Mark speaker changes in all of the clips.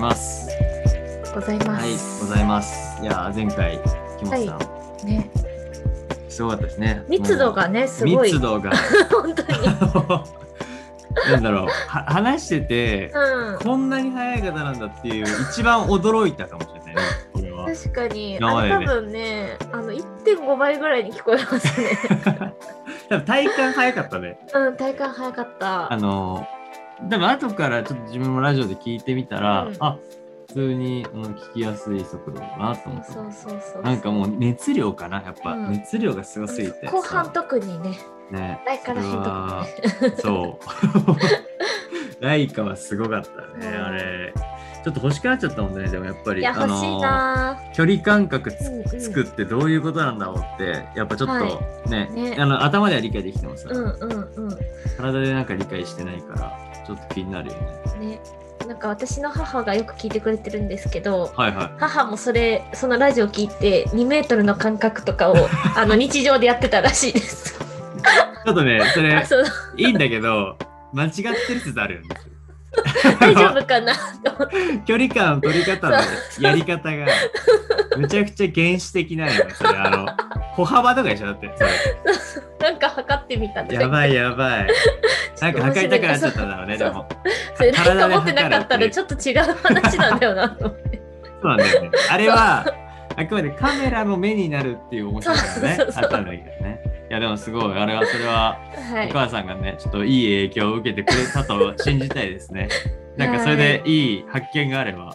Speaker 1: ます。
Speaker 2: ございま
Speaker 1: はい、ご
Speaker 2: す。
Speaker 1: ざいます。いやー、前回、木本さん、
Speaker 2: ね、
Speaker 1: すごかったですね。
Speaker 2: 密度がね、すごい。
Speaker 1: 密度が。
Speaker 2: 本当に。
Speaker 1: なんだろう、は話してて、
Speaker 2: うん。
Speaker 1: こんなに早い方なんだっていう、一番驚いたかもしれないね、これ は。
Speaker 2: 確かに、
Speaker 1: 今ま
Speaker 2: あ
Speaker 1: で
Speaker 2: れ
Speaker 1: ね
Speaker 2: 多分ね、あの1.5倍ぐらいに聞こえますね。
Speaker 1: 多分体感早かったね。
Speaker 2: うん、体感早かった。
Speaker 1: あのー、でも後からちょっと自分もラジオで聞いてみたら、
Speaker 2: うん
Speaker 1: あ普通に、うん、聞きやすい速度だなと思った。
Speaker 2: そうそうそうそう。
Speaker 1: なんかもう熱量かな、やっぱ、
Speaker 2: うん
Speaker 1: 熱量がすごすぎて。
Speaker 2: 後半特にね、
Speaker 1: ね。
Speaker 2: 大から変とかね。
Speaker 1: そう。 ライカはすごかったね、
Speaker 2: うん
Speaker 1: あれ。ちょっと欲しくなっちゃったもんね、でもやっぱり。
Speaker 2: いや、
Speaker 1: あ
Speaker 2: 欲
Speaker 1: の
Speaker 2: しいなぁ。
Speaker 1: 距離感覚つ
Speaker 2: うんうん
Speaker 1: 作ってどういうことなんだろうって、やっぱちょっ
Speaker 2: は
Speaker 1: とね、
Speaker 2: ね
Speaker 1: あの頭では理解できてもさ、
Speaker 2: うんうんうん。
Speaker 1: 体でなんか理解してないから、ちょっと気になるよね。
Speaker 2: ね、なんか私の母がよく聞いてくれてるんですけど、
Speaker 1: はいはい。
Speaker 2: 母もそれそのラジオ聞いて2メートルの間隔とかをあ の日常でやってたらしいです。
Speaker 1: ちょっとね、そ
Speaker 2: あ
Speaker 1: れ、
Speaker 2: そう
Speaker 1: いいんだけど、間違ってる説あるよね。
Speaker 2: 大丈夫かな と思って
Speaker 1: 距離感取り方のやり方がむちゃくちゃ原始的なのよそれあ の歩幅とかでしょだってそ
Speaker 2: なんか測ってみたん
Speaker 1: れやばいやばいなんか測りたくなっちゃったんだろうねでも
Speaker 2: それなんか
Speaker 1: 体で
Speaker 2: 持ってなかった
Speaker 1: 測るっていう
Speaker 2: らちょっと違う話なんだよなと思って。
Speaker 1: そうなんだよねあれはあくまでカメラの目になるっていう面白さがね
Speaker 2: そうそうそう
Speaker 1: あったんだけどねいやでもすごいあれはそれは
Speaker 2: は
Speaker 1: お
Speaker 2: い。
Speaker 1: 母さんがねちょっといい影響を受けてくれたと信じたいですねなんかそれでいい発見があれば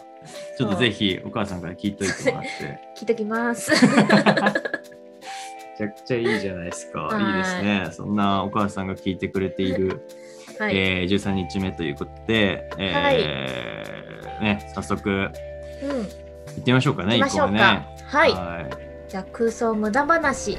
Speaker 1: ちょっとぜひお母さんから聞いといてもらって
Speaker 2: 聞いときます。
Speaker 1: めちゃくちゃいいじゃないですか。
Speaker 2: はい
Speaker 1: いですね。そんなお母さんが聞いてくれている、
Speaker 2: はい。
Speaker 1: えー13日目ということで、えーね、早速行
Speaker 2: うん。
Speaker 1: ってみましょうかね、
Speaker 2: 行きま
Speaker 1: 一
Speaker 2: しょ
Speaker 1: 個
Speaker 2: うか。
Speaker 1: 目ね。
Speaker 2: はい。
Speaker 1: はい
Speaker 2: じゃあ空想無駄話。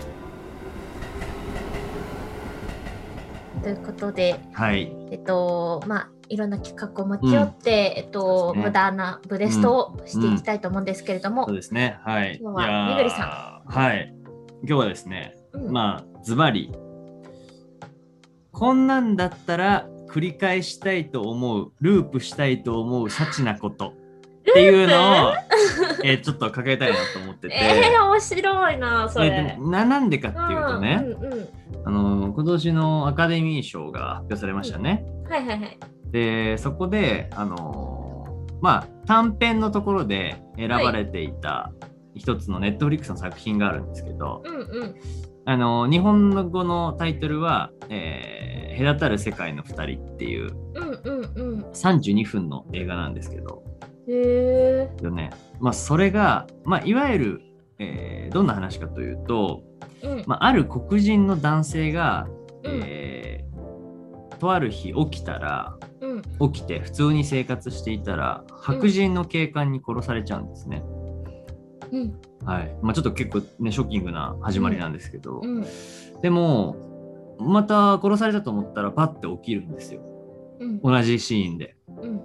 Speaker 2: ということで、
Speaker 1: はい。
Speaker 2: えっと、まあ、いろんな企画を持ち寄って、えっと、
Speaker 1: そうですね
Speaker 2: 無駄なブレストをしていきたいと思うんですけれども、
Speaker 1: そうですね。はい。
Speaker 2: 今日はい
Speaker 1: やー
Speaker 2: めぐり
Speaker 1: はい。今日はですね、
Speaker 2: うん
Speaker 1: まあ、ズバリ。こんなんだったら繰り返したいと思う、ループしたいと思う、幸なこと。っていうのを、えーちょっと掲げたいなと思ってて。
Speaker 2: えー、面白いな、それ。
Speaker 1: えーとななんでかっていうとね、
Speaker 2: うんうん
Speaker 1: あの今年のアカデミー賞が発表されましたね。
Speaker 2: うん、はいはいはい。
Speaker 1: でそこであのーまあ短編のところで選ばれていた一つのネットフリックスの作品があるんですけど、
Speaker 2: うんうん。
Speaker 1: あのー日本の語のタイトルは「えー隔たる世界の2人」っていう
Speaker 2: うんうんうん。
Speaker 1: 32分の映画なんですけど、
Speaker 2: へ
Speaker 1: よねまあ、それが、まあ、いわゆる、えーどんな話かというと、
Speaker 2: え。うん。
Speaker 1: まあ、ある黒人の男性が
Speaker 2: うん
Speaker 1: えーとある日起きたら
Speaker 2: うん。
Speaker 1: 起きて普通に生活していたら白人の警官に殺されちゃうんですね。
Speaker 2: うん。
Speaker 1: はいまあ、ちょっと結構ねショッキングな始まりなんですけど、
Speaker 2: うん。
Speaker 1: でもまた殺されたと思ったらパッて起きるんですよ
Speaker 2: うん。
Speaker 1: 同じシーンで。
Speaker 2: うん。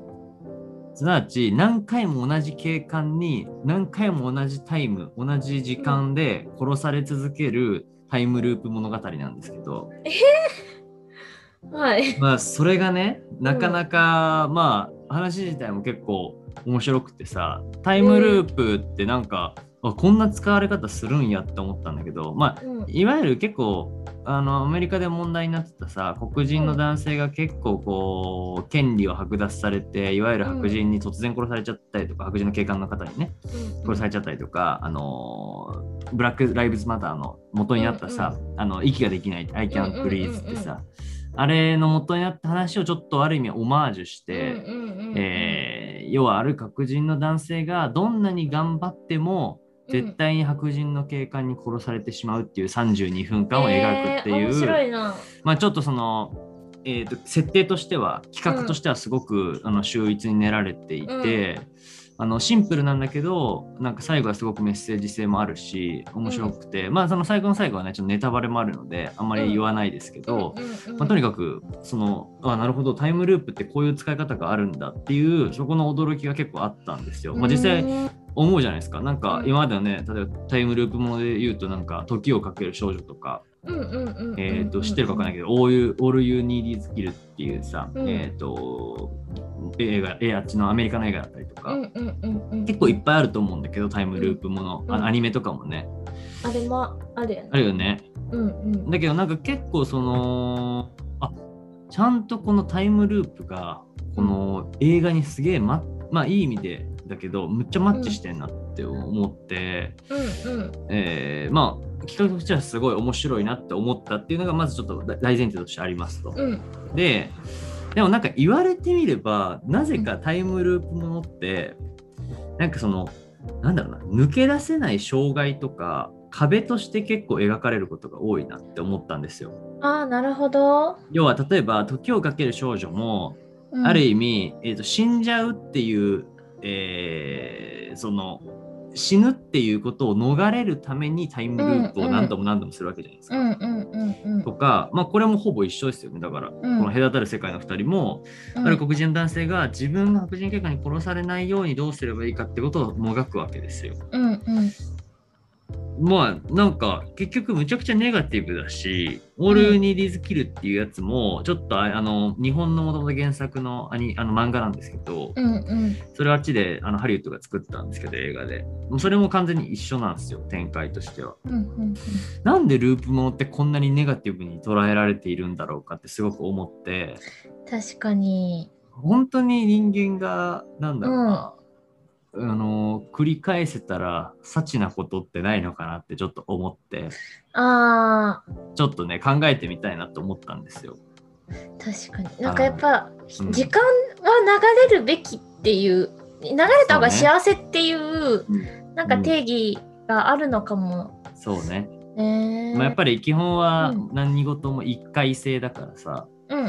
Speaker 1: すなわち何回も同じ警官に何回も同じタイム同じ時間で殺され続けるタイムループ物語なんですけど。
Speaker 2: はい。
Speaker 1: まあそれがねなかなか、まあ話自体も結構面白くてさタイムループってなんか、あこんな使われ方するんやって思ったんだけどまあ
Speaker 2: うん。
Speaker 1: いわゆる結構あのアメリカで問題になってたさ黒人の男性が結構こう権利を剥奪されていわゆる白人に突然殺されちゃったりとか白人の警官の方にね殺されちゃったりとか、あのーブラック・ライブズ・マターの元になったさ、あの息ができない「I
Speaker 2: うんうん
Speaker 1: can't
Speaker 2: うんうん
Speaker 1: breathe」ってさ、あれの元になった話をちょっとある意味オマージュして、
Speaker 2: うんうんうんうん、
Speaker 1: えー要はある白人の男性がどんなに頑張っても絶対に白人の警官に殺されてしまうっていう32分間を描くってい
Speaker 2: えー面
Speaker 1: う、
Speaker 2: 白いな。
Speaker 1: まあちょっとその、えー、と設定としては企画としてはすごく、あの秀逸に練られていて、あのシンプルなんだけどなんか最後はすごくメッセージ性もあるし面白くて、まあその最後の最後はねちょっとネタバレもあるのであんまり言わないですけど、
Speaker 2: うんうんうん
Speaker 1: まあ、とにかくそのあなるほどタイムループってこういう使い方があるんだっていうそこの驚きが結構あったんですよ。まあ、実際
Speaker 2: うん
Speaker 1: 思うじゃないですかなんか
Speaker 2: うん
Speaker 1: 今まではね例えばタイムループもので言うとなんか「時をかける少女」とか
Speaker 2: うんうんうんうん。
Speaker 1: えー、と知ってるか分かんないけど「All You, All you Need Is Kill」っていうさ、
Speaker 2: うん
Speaker 1: えー、と映画えあっちのアメリカの映画だったりとか、
Speaker 2: うんうんうんうん。
Speaker 1: 結構いっぱいあると思うんだけどタイムループもの、あ
Speaker 2: うん
Speaker 1: アニメとかもね
Speaker 2: あれもあるよね。
Speaker 1: あるよね
Speaker 2: うんうん。
Speaker 1: だけどなんか結構そのあちゃんとこのタイムループがこの映画にすげえままあいい意味でだけどむっちゃマッチしてんなって思って、
Speaker 2: うんうん。
Speaker 1: えーまあ企画としてはすごい面白いなって思ったっていうのがまずちょっと大大前提としてありますと。
Speaker 2: うん
Speaker 1: ででもなんか言われてみればなぜかタイムループものってなんかそのなんだろうな抜け出せない障害とか壁として結構描かれることが多いなって思ったんですよ。
Speaker 2: ああ、なるほど。
Speaker 1: 要は例えば「時をかける少女も」
Speaker 2: うん
Speaker 1: ある意味、えー、と死んじゃうっていう、えーその死ぬっていうことを逃れるためにタイムループを何度も何度もするわけじゃないです
Speaker 2: う
Speaker 1: か。
Speaker 2: んうんうんうん。
Speaker 1: とか、まあ、これもほぼ一緒ですよねだから、この隔たる世界の2人もある黒人の男性が自分が白人警官に殺されないようにどうすればいいかってことをもがくわけですよ。
Speaker 2: うんうん
Speaker 1: まあなんか結局むちゃくちゃネガティブだし「オール・ニー・ディズ・キル」っていうやつもちょっとああの日本のもともと原作のアニあの漫画なんですけど
Speaker 2: うんうん。
Speaker 1: それはあっちであのハリウッドが作ったんですけど映画でもうそれも完全に一緒なんですよ展開としては。
Speaker 2: うんうん
Speaker 1: なんでループものってこんなにネガティブに捉えられているんだろうかってすごく思って。
Speaker 2: 確かに。
Speaker 1: 本当に人間がなんだろうな、あの繰り返せたら幸なことってないのかなってちょっと思って
Speaker 2: ああ、
Speaker 1: ちょっとね考えてみたいなと思ったんですよ。
Speaker 2: 確かに。なんかやっぱ、
Speaker 1: うん
Speaker 2: 時間は流れるべきっていう、流れた方が幸せっていう、なんか定義があるのかも。
Speaker 1: そうね、
Speaker 2: ね
Speaker 1: まあ、やっぱり基本は
Speaker 2: うん
Speaker 1: 何事も一回性だからさ
Speaker 2: うん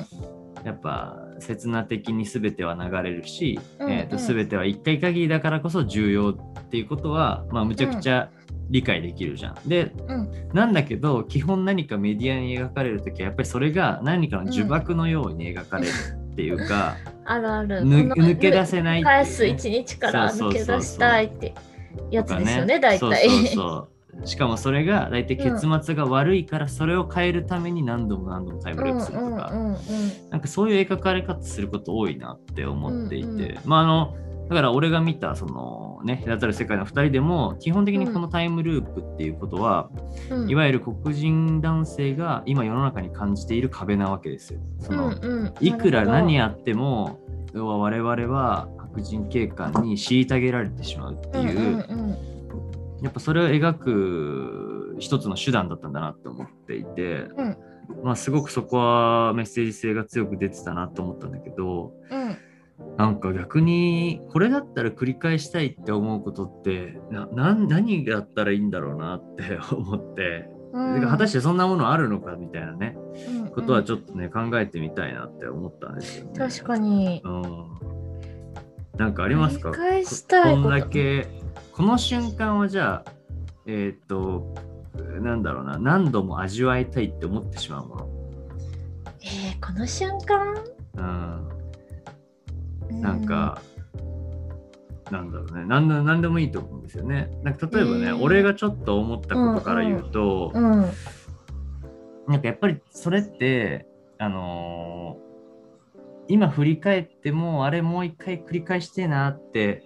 Speaker 1: やっぱ刹那的に全ては流れるし、
Speaker 2: うん
Speaker 1: えー、と
Speaker 2: うん
Speaker 1: 全ては一回限りだからこそ重要っていうことは、まあ、むちゃくちゃ理解できるじゃん。で
Speaker 2: うん
Speaker 1: なんだけど基本何かメディアに描かれる時はやっぱりそれが何かの呪縛のように描かれるっていう か、
Speaker 2: あるある。
Speaker 1: ぬ
Speaker 2: この
Speaker 1: 抜け出せないっていうね
Speaker 2: 返す一日から
Speaker 1: そう
Speaker 2: 抜
Speaker 1: そうそ
Speaker 2: け
Speaker 1: うそう
Speaker 2: 出したいってやつ
Speaker 1: とか
Speaker 2: ですよね、大体。
Speaker 1: そうそうそうしかもそれが大体結末が悪いからそれを変えるために何度も何度もタイムループするとか、
Speaker 2: うんうんうん
Speaker 1: なんかそういう描かれ方すること多いなって思っていて、
Speaker 2: うんうん
Speaker 1: まああのだから俺が見たそのね隔たる世界の2人でも基本的にこのタイムループっていうことは、
Speaker 2: うんうん
Speaker 1: いわゆる黒人男性が今世の中に感じている壁なわけですよ。その、
Speaker 2: うんうん
Speaker 1: いくら何
Speaker 2: なる
Speaker 1: やっても要は我々は白人警官に虐げられてしまうって
Speaker 2: ほど
Speaker 1: いう,、
Speaker 2: うんうんうん
Speaker 1: やっぱそれを描く一つの手段だったんだなって思っていて、
Speaker 2: うん
Speaker 1: まあすごくそこはメッセージ性が強く出てたなと思ったんだけど
Speaker 2: うん
Speaker 1: なんか逆にこれだったら繰り返したいって思うことってななん何があったらいいんだろうなって 思って、
Speaker 2: うん
Speaker 1: てか果たしてそんなものあるのかみたいなね、
Speaker 2: うんうん
Speaker 1: ことはちょっとね考えてみたいなって思ったんですよね。
Speaker 2: 確かに。
Speaker 1: うんなんかあ
Speaker 2: あ
Speaker 1: りますか
Speaker 2: 繰り返したい
Speaker 1: こ
Speaker 2: こ
Speaker 1: ん
Speaker 2: と。
Speaker 1: だけこの瞬間はじゃあえーっとなんだろうな何度も味わいたいって思ってしまうも
Speaker 2: えーこの瞬間
Speaker 1: の、
Speaker 2: う
Speaker 1: うん、なんか、なんだろうねなんだなんでもいいと思うんですよねなんか例えばね、
Speaker 2: えー
Speaker 1: 俺がちょっと思ったことから言うと、
Speaker 2: うんうん
Speaker 1: なんかやっぱりそれってあのー今振り返ってもあれもう一回繰り返してえなって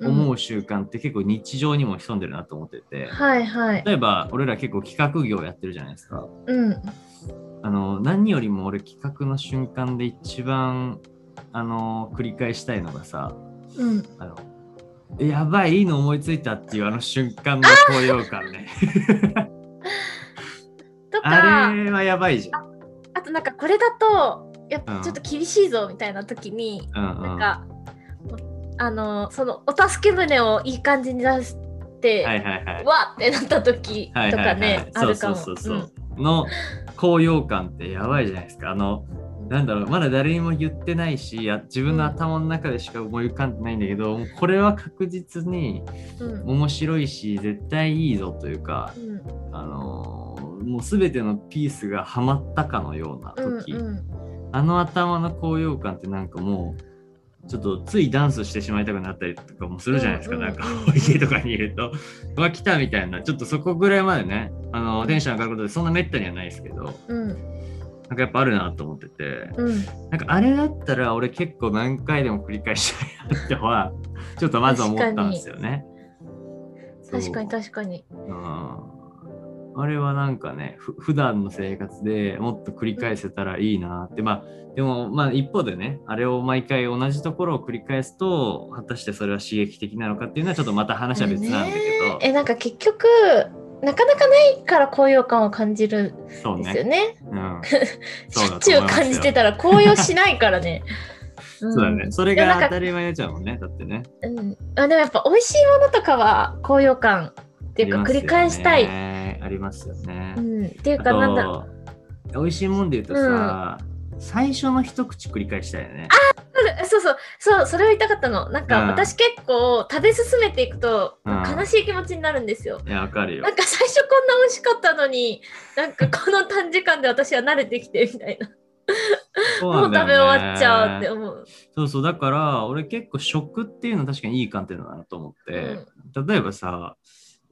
Speaker 1: 思う習慣って結構日常にも潜んでるなと思ってて、
Speaker 2: はいはい。
Speaker 1: 例えば俺ら結構企画業やってるじゃないですか
Speaker 2: うん
Speaker 1: あの何よりも俺企画の瞬間で一番あの繰り返したいのがさ
Speaker 2: うん。
Speaker 1: あのやばいいいの思いついたっていうあの瞬間の高揚感 ね
Speaker 2: と
Speaker 1: あ
Speaker 2: か
Speaker 1: れはやばいじゃん
Speaker 2: あとなんかこれだとやっ
Speaker 1: う
Speaker 2: ぱ
Speaker 1: ん
Speaker 2: ちょっと厳しいぞみたいな時に。
Speaker 1: うんうん
Speaker 2: なんか、あのそのお助け舟をいい感じに出して、
Speaker 1: はいはいはい
Speaker 2: わーってなった時
Speaker 1: はい
Speaker 2: と
Speaker 1: は
Speaker 2: か
Speaker 1: いはい
Speaker 2: ね、あ
Speaker 1: そう
Speaker 2: るか
Speaker 1: そう
Speaker 2: も。
Speaker 1: そうそうの高揚感ってやばいじゃないですかあの
Speaker 2: うん
Speaker 1: なんだろうまだ誰にも言ってないしや自分の頭の中でしか思い浮かんでないんだけど、もうこれは確実に
Speaker 2: うん
Speaker 1: 面白いし絶対いいぞというか
Speaker 2: う、ん
Speaker 1: あのーもう全てのピースがはまったかのような
Speaker 2: うん
Speaker 1: 時、
Speaker 2: うん
Speaker 1: あの頭の高揚感ってなんかもうちょっとついダンスしてしまいたくなったりとかもするじゃないですか、
Speaker 2: うんうん
Speaker 1: なんか家とかにいると「うわ来た」みたいなちょっとそこぐらいまでねあの電車上がることでそんなめったにはないですけど
Speaker 2: うん
Speaker 1: なんかやっぱあるなと思ってて
Speaker 2: うん
Speaker 1: なんかあれだったら俺結構何回でも繰り返したいなってはちょっとまず思ったんですよね。そう
Speaker 2: 確かに確かに
Speaker 1: うんあれはなんかねふ普段の生活でもっと繰り返せたらいいなってまあでもまあ一方でねあれを毎回同じところを繰り返すと果たしてそれは刺激的なのかっていうのはちょっとまた話は別なんだけ
Speaker 2: えなんか結局なかなかないから高揚感を感じる
Speaker 1: どそうん
Speaker 2: ですよ
Speaker 1: ね、
Speaker 2: ね
Speaker 1: うん、
Speaker 2: しょっちゅう感じてたら高揚しないからね
Speaker 1: そうだと思いますよそうだねそれ
Speaker 2: いやなん
Speaker 1: が
Speaker 2: か
Speaker 1: 当たり前じゃんもんねだってねっ
Speaker 2: うん、うんあでもやっぱ美味しいものとかは高揚感っていうか繰り返したい、
Speaker 1: ありますよね
Speaker 2: うん、っていう
Speaker 1: あ
Speaker 2: かなんだ
Speaker 1: と美味しいもんで言うとさ、最初の一口繰り返したいよね
Speaker 2: うんそうそうそうそれを言いたかったのなんか、
Speaker 1: うん
Speaker 2: 私結構食べ進めていくと、
Speaker 1: うん
Speaker 2: 悲しい気持ちになるんですよ
Speaker 1: いやわかるよ
Speaker 2: なんか最初こんな美味しかったのになんかこの短時間で私は慣れてきてみたいな
Speaker 1: そう
Speaker 2: も
Speaker 1: な
Speaker 2: うん食
Speaker 1: だよ
Speaker 2: べ
Speaker 1: ね
Speaker 2: 終わっちゃうって思う、
Speaker 1: そうそうだから俺結構食っていうのは確かにいい観点だなと思って、例えばさ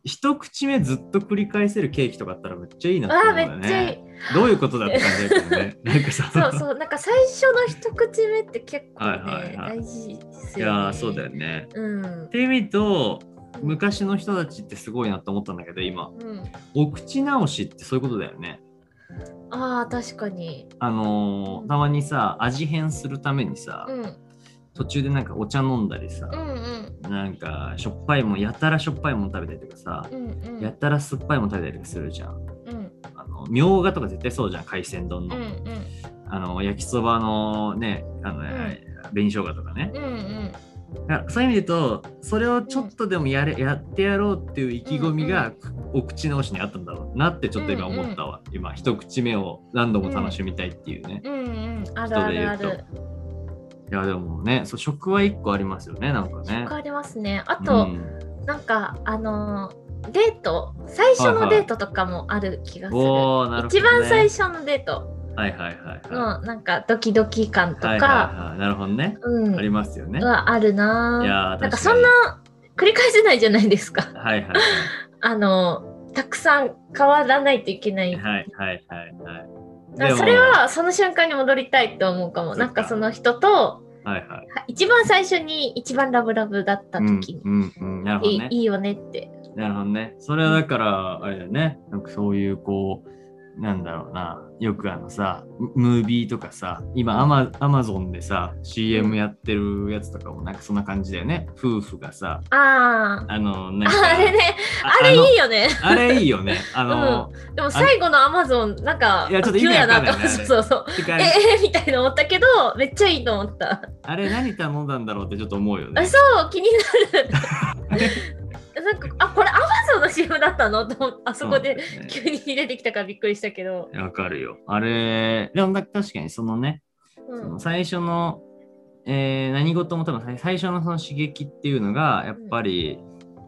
Speaker 1: 一口目ずっと繰り返せるケーキとかあったらめっちゃいいな
Speaker 2: うん、
Speaker 1: と思
Speaker 2: わ
Speaker 1: う
Speaker 2: あ
Speaker 1: ん
Speaker 2: め
Speaker 1: だよ
Speaker 2: っちゃいい
Speaker 1: ね。どういうことだって感じだけど ね。なんかさ、
Speaker 2: そうそうなんか最初の一口目って結構ね、
Speaker 1: はいはいはい
Speaker 2: 大事です
Speaker 1: い
Speaker 2: よね
Speaker 1: やーそうだよね。
Speaker 2: うん
Speaker 1: って意味と昔の人たちってすごいなと思ったんだけど今
Speaker 2: うん、
Speaker 1: お口直しってそういうことだよね。
Speaker 2: あー確かに、
Speaker 1: あのーたまにさ味変するためにさ、
Speaker 2: うん、うん
Speaker 1: 途中でなんかお茶飲んだりさ
Speaker 2: う、ん
Speaker 1: なんかしょっぱいもんやたらしょっぱいもん食べたりとかさ、
Speaker 2: うんうん
Speaker 1: やったら酸っぱいもの食べたりとかするじゃん。
Speaker 2: うん
Speaker 1: あのみょうがとか絶対そうじゃん海鮮丼
Speaker 2: う
Speaker 1: の,、
Speaker 2: んうん
Speaker 1: あの焼きそばのねあの、
Speaker 2: ん
Speaker 1: 紅生姜とかね
Speaker 2: うんうん
Speaker 1: だからそういう意味で言うとそれをちょっとでもやれ、やってやろうっていう意気込みが、お口直しにあったんだろうなってちょっと今思ったわ、今一口目を何度も楽しみたいっていうね、
Speaker 2: うんうんあるあるあ
Speaker 1: 人で言
Speaker 2: る
Speaker 1: いやでもねそう食は一個ありますよねなんかね
Speaker 2: 結構ありますねあ
Speaker 1: う
Speaker 2: と、
Speaker 1: ん、
Speaker 2: なんかあのーデート最初
Speaker 1: はいは
Speaker 2: の
Speaker 1: い
Speaker 2: デートとかもある気がする、
Speaker 1: おーなるほど、ね、
Speaker 2: 一番最初のデート
Speaker 1: はいはいはいはい
Speaker 2: のなんかドキドキ感とか、
Speaker 1: はいはいはいなるほどね、
Speaker 2: う
Speaker 1: ありますよね、
Speaker 2: んはあるないぁ
Speaker 1: やー
Speaker 2: なんか
Speaker 1: 確
Speaker 2: そんな繰り返せないじゃないですか
Speaker 1: はいはいはい
Speaker 2: あのたくさん変わらないといけない、
Speaker 1: はいはいはいはい。
Speaker 2: だからそれはその瞬間に戻りたいって思うかも
Speaker 1: そっか
Speaker 2: なんかその人と
Speaker 1: はいはい。
Speaker 2: 一番最初に一番ラブラブだった時に、
Speaker 1: うんうんうん、なるほど
Speaker 2: いい
Speaker 1: ね。
Speaker 2: いいよねって
Speaker 1: なるほどね。それはだから、あれだよね。なんかそういうこう、なんだろうな。よくあのさ、ムムービーとかさ、今アマアマゾンでさ、CM やってるやつとかもなんかそんな感じだよね。夫婦がさ、
Speaker 2: あー
Speaker 1: あの、なんか
Speaker 2: ああれねあれいい
Speaker 1: の
Speaker 2: よね
Speaker 1: あれいいよね。あの、
Speaker 2: でも最後のアマゾンなんか
Speaker 1: いやちょっと意味わかんないね
Speaker 2: 急やとそうそう
Speaker 1: てかあ
Speaker 2: え
Speaker 1: れ
Speaker 2: えみたいな思ったけどめっちゃいいと思った
Speaker 1: あれ何頼んだんだろうってちょっと思うよ
Speaker 2: あ
Speaker 1: ね。
Speaker 2: そう気に なるなんかあこれアマゾンの CM だったのと思ってあそこ
Speaker 1: う
Speaker 2: で
Speaker 1: なんだよね
Speaker 2: 急に出てきたからびっくりしたけど、
Speaker 1: わかるよ。あれ、でもだ確かにそのね、
Speaker 2: う
Speaker 1: そ
Speaker 2: ん
Speaker 1: の最初の、えー何事も多分最最初のその刺激っていうのがやっぱり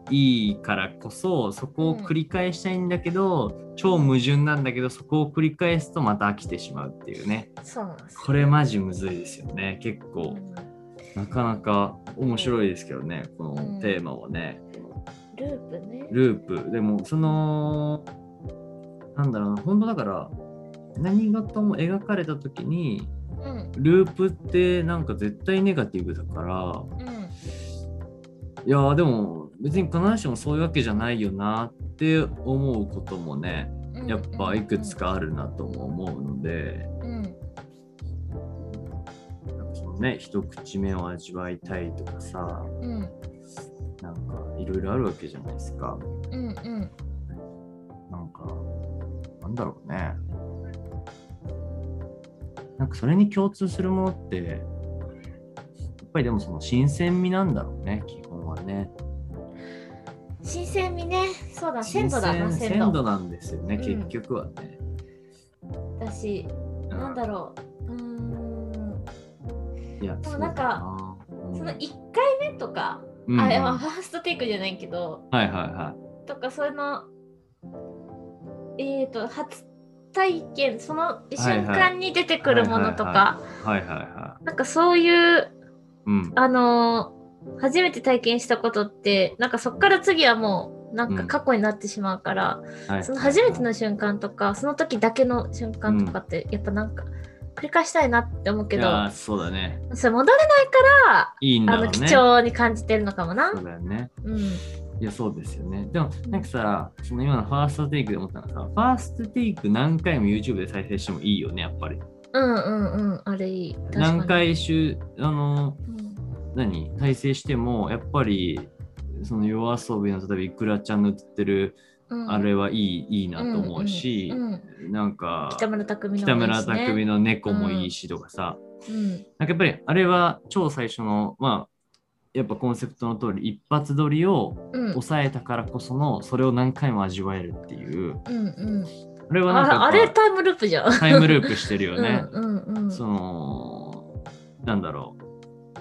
Speaker 1: いいからこそそこを繰り返したいんだけど、超矛盾なんだけどそこを繰り返すとまた飽きてしまうっていうね
Speaker 2: そうなんですよ
Speaker 1: これマジむずいですよね結
Speaker 2: う
Speaker 1: 構
Speaker 2: ん
Speaker 1: なかなか面白いですけどねこのテーマはね
Speaker 2: ループね
Speaker 1: ループでもそのなんだろうな本当だから何事も描かれた時に
Speaker 2: うん
Speaker 1: ループってなんか絶対ネガティブだから
Speaker 2: うん
Speaker 1: いやーでも別に必ずしもそういうわけじゃないよなって思うこともね
Speaker 2: うん
Speaker 1: やっぱいくつかあるなとも思うので
Speaker 2: うん
Speaker 1: なんかそのね一口目を味わいたいとかさ
Speaker 2: うん
Speaker 1: なんかいろいろあるわけじゃないですか
Speaker 2: うんうん
Speaker 1: なんかなんだろうねなんかそれに共通するものってやっぱりでもその新鮮味なんだろうね基本はね
Speaker 2: 新鮮味ねそうだ鮮度だな
Speaker 1: 新鮮
Speaker 2: 鮮度
Speaker 1: 鮮度なんですよね
Speaker 2: うん
Speaker 1: 結局はね、
Speaker 2: だし
Speaker 1: う
Speaker 2: なんだろううーん
Speaker 1: いや、
Speaker 2: で
Speaker 1: そ
Speaker 2: も
Speaker 1: う
Speaker 2: なんか
Speaker 1: だな、うん
Speaker 2: その1回目とか、
Speaker 1: うん
Speaker 2: あいやまあファーストテイクじゃないけど
Speaker 1: はいはいはい。
Speaker 2: とかそのえっ、と初体験その瞬間に出てくるものとか、
Speaker 1: はいはいは
Speaker 2: なんかそういう
Speaker 1: うん。
Speaker 2: あのー初めて体験したことってなんかそっから次はもうなんか過去になってしまうから、
Speaker 1: はい
Speaker 2: その初めての瞬間とかその時だけの瞬間とかってやっぱなんか繰り返したいなって思うけ
Speaker 1: い
Speaker 2: ど、
Speaker 1: やーそうだね。
Speaker 2: それ戻れないか
Speaker 1: いいんだ
Speaker 2: らあ
Speaker 1: ろう
Speaker 2: の
Speaker 1: ね。
Speaker 2: 貴重に感じてるのかもな
Speaker 1: そ。うだよね。
Speaker 2: うん
Speaker 1: いや、そうですよね。でも、なんかさ、その今のファーストテイクで思ったのはさ、ファーストテイク何回も YouTube で再生してもいいよね、やっぱり。
Speaker 2: うんうんうんあれいい。確かに
Speaker 1: 何回週、あの、
Speaker 2: うん
Speaker 1: 何、再生しても、やっぱり、その夜遊びの、例えば、いくらちゃんの映ってる、
Speaker 2: うん
Speaker 1: あれはいい、いいなと思うし、
Speaker 2: うんうん
Speaker 1: なんか、
Speaker 2: 北村匠海の
Speaker 1: 北村
Speaker 2: もいいし
Speaker 1: 匠
Speaker 2: ね
Speaker 1: 海の猫もいいしとかさ、
Speaker 2: うん
Speaker 1: なんかやっぱりあれは超最初のまあやっぱコンセプトの通り一発撮りを
Speaker 2: うん
Speaker 1: 抑えたからこそのそれを何回も味わえるっていう
Speaker 2: うんうん
Speaker 1: あれはなん
Speaker 2: あ
Speaker 1: か
Speaker 2: あ
Speaker 1: や
Speaker 2: れ
Speaker 1: っぱ
Speaker 2: タイムループじゃん。。
Speaker 1: タイムループしてるよね
Speaker 2: うんうんうん。
Speaker 1: そのなんだろ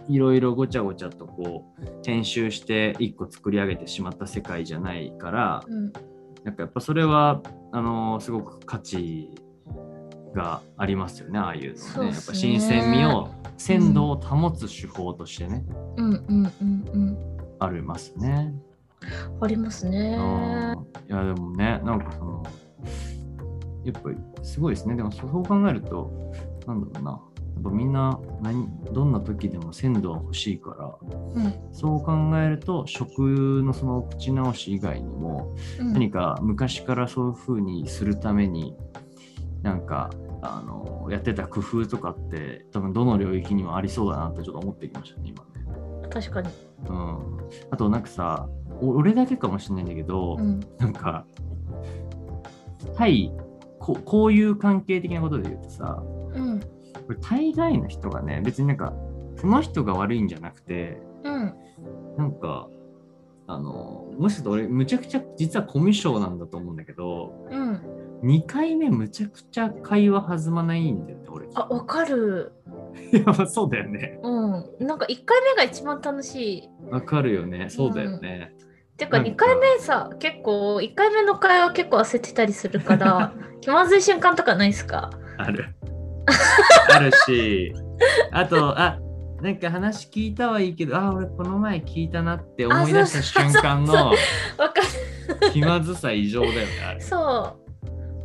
Speaker 1: ういろいろごちゃごちゃとこう編集して一個作り上げてしまった世界じゃないから
Speaker 2: うん
Speaker 1: なんかやっぱそれはあのすごく価値がありますよねああいうの
Speaker 2: そう
Speaker 1: はね
Speaker 2: っすね
Speaker 1: やっぱ新鮮味を鮮度を保つ手法としてね、
Speaker 2: うんうんうん
Speaker 1: ありますね。
Speaker 2: うん。ありますね。
Speaker 1: うんいやでもねなんかそのやっぱりすごいですねでもそう考えるとなんだろうなやっぱみんな何どんな時でも鮮度は欲しいから
Speaker 2: うん
Speaker 1: そう考えると食のその口直し以外にも
Speaker 2: うん
Speaker 1: 何か昔からそういう風にするためになんかあのやってた工夫とかって多分どの領域にもありそうだなってちょっと思ってきましたね今ね。
Speaker 2: 確かに。
Speaker 1: うん、あとなんかさお俺だけかもしれないんだけど、
Speaker 2: うん
Speaker 1: なんか対ここういう関係的なことで言うとさ
Speaker 2: うん
Speaker 1: これ大概の人がね別になんかその人が悪いんじゃなくて
Speaker 2: うん
Speaker 1: なんかあのむしろ俺むちゃくちゃ実はコミュ障なんだと思うんだけど。
Speaker 2: うん。
Speaker 1: 2回目むちゃくちゃ会話弾まないんだよね俺
Speaker 2: あわかる。
Speaker 1: いやまあそうだよね
Speaker 2: うん。なんか一回目が一番楽しい。
Speaker 1: わかるよねそうだよね、
Speaker 2: てか
Speaker 1: なんか
Speaker 2: 二回目さ結構一回目の会話結構焦ってたりするから 気まずい瞬間とかないですか？
Speaker 1: あ るあるしあとあなんか話聞いたはいいけどあ俺この前聞いたなって思い出した瞬間の
Speaker 2: わか
Speaker 1: 気まずさ異常だよねあ
Speaker 2: る。
Speaker 1: れ
Speaker 2: そう。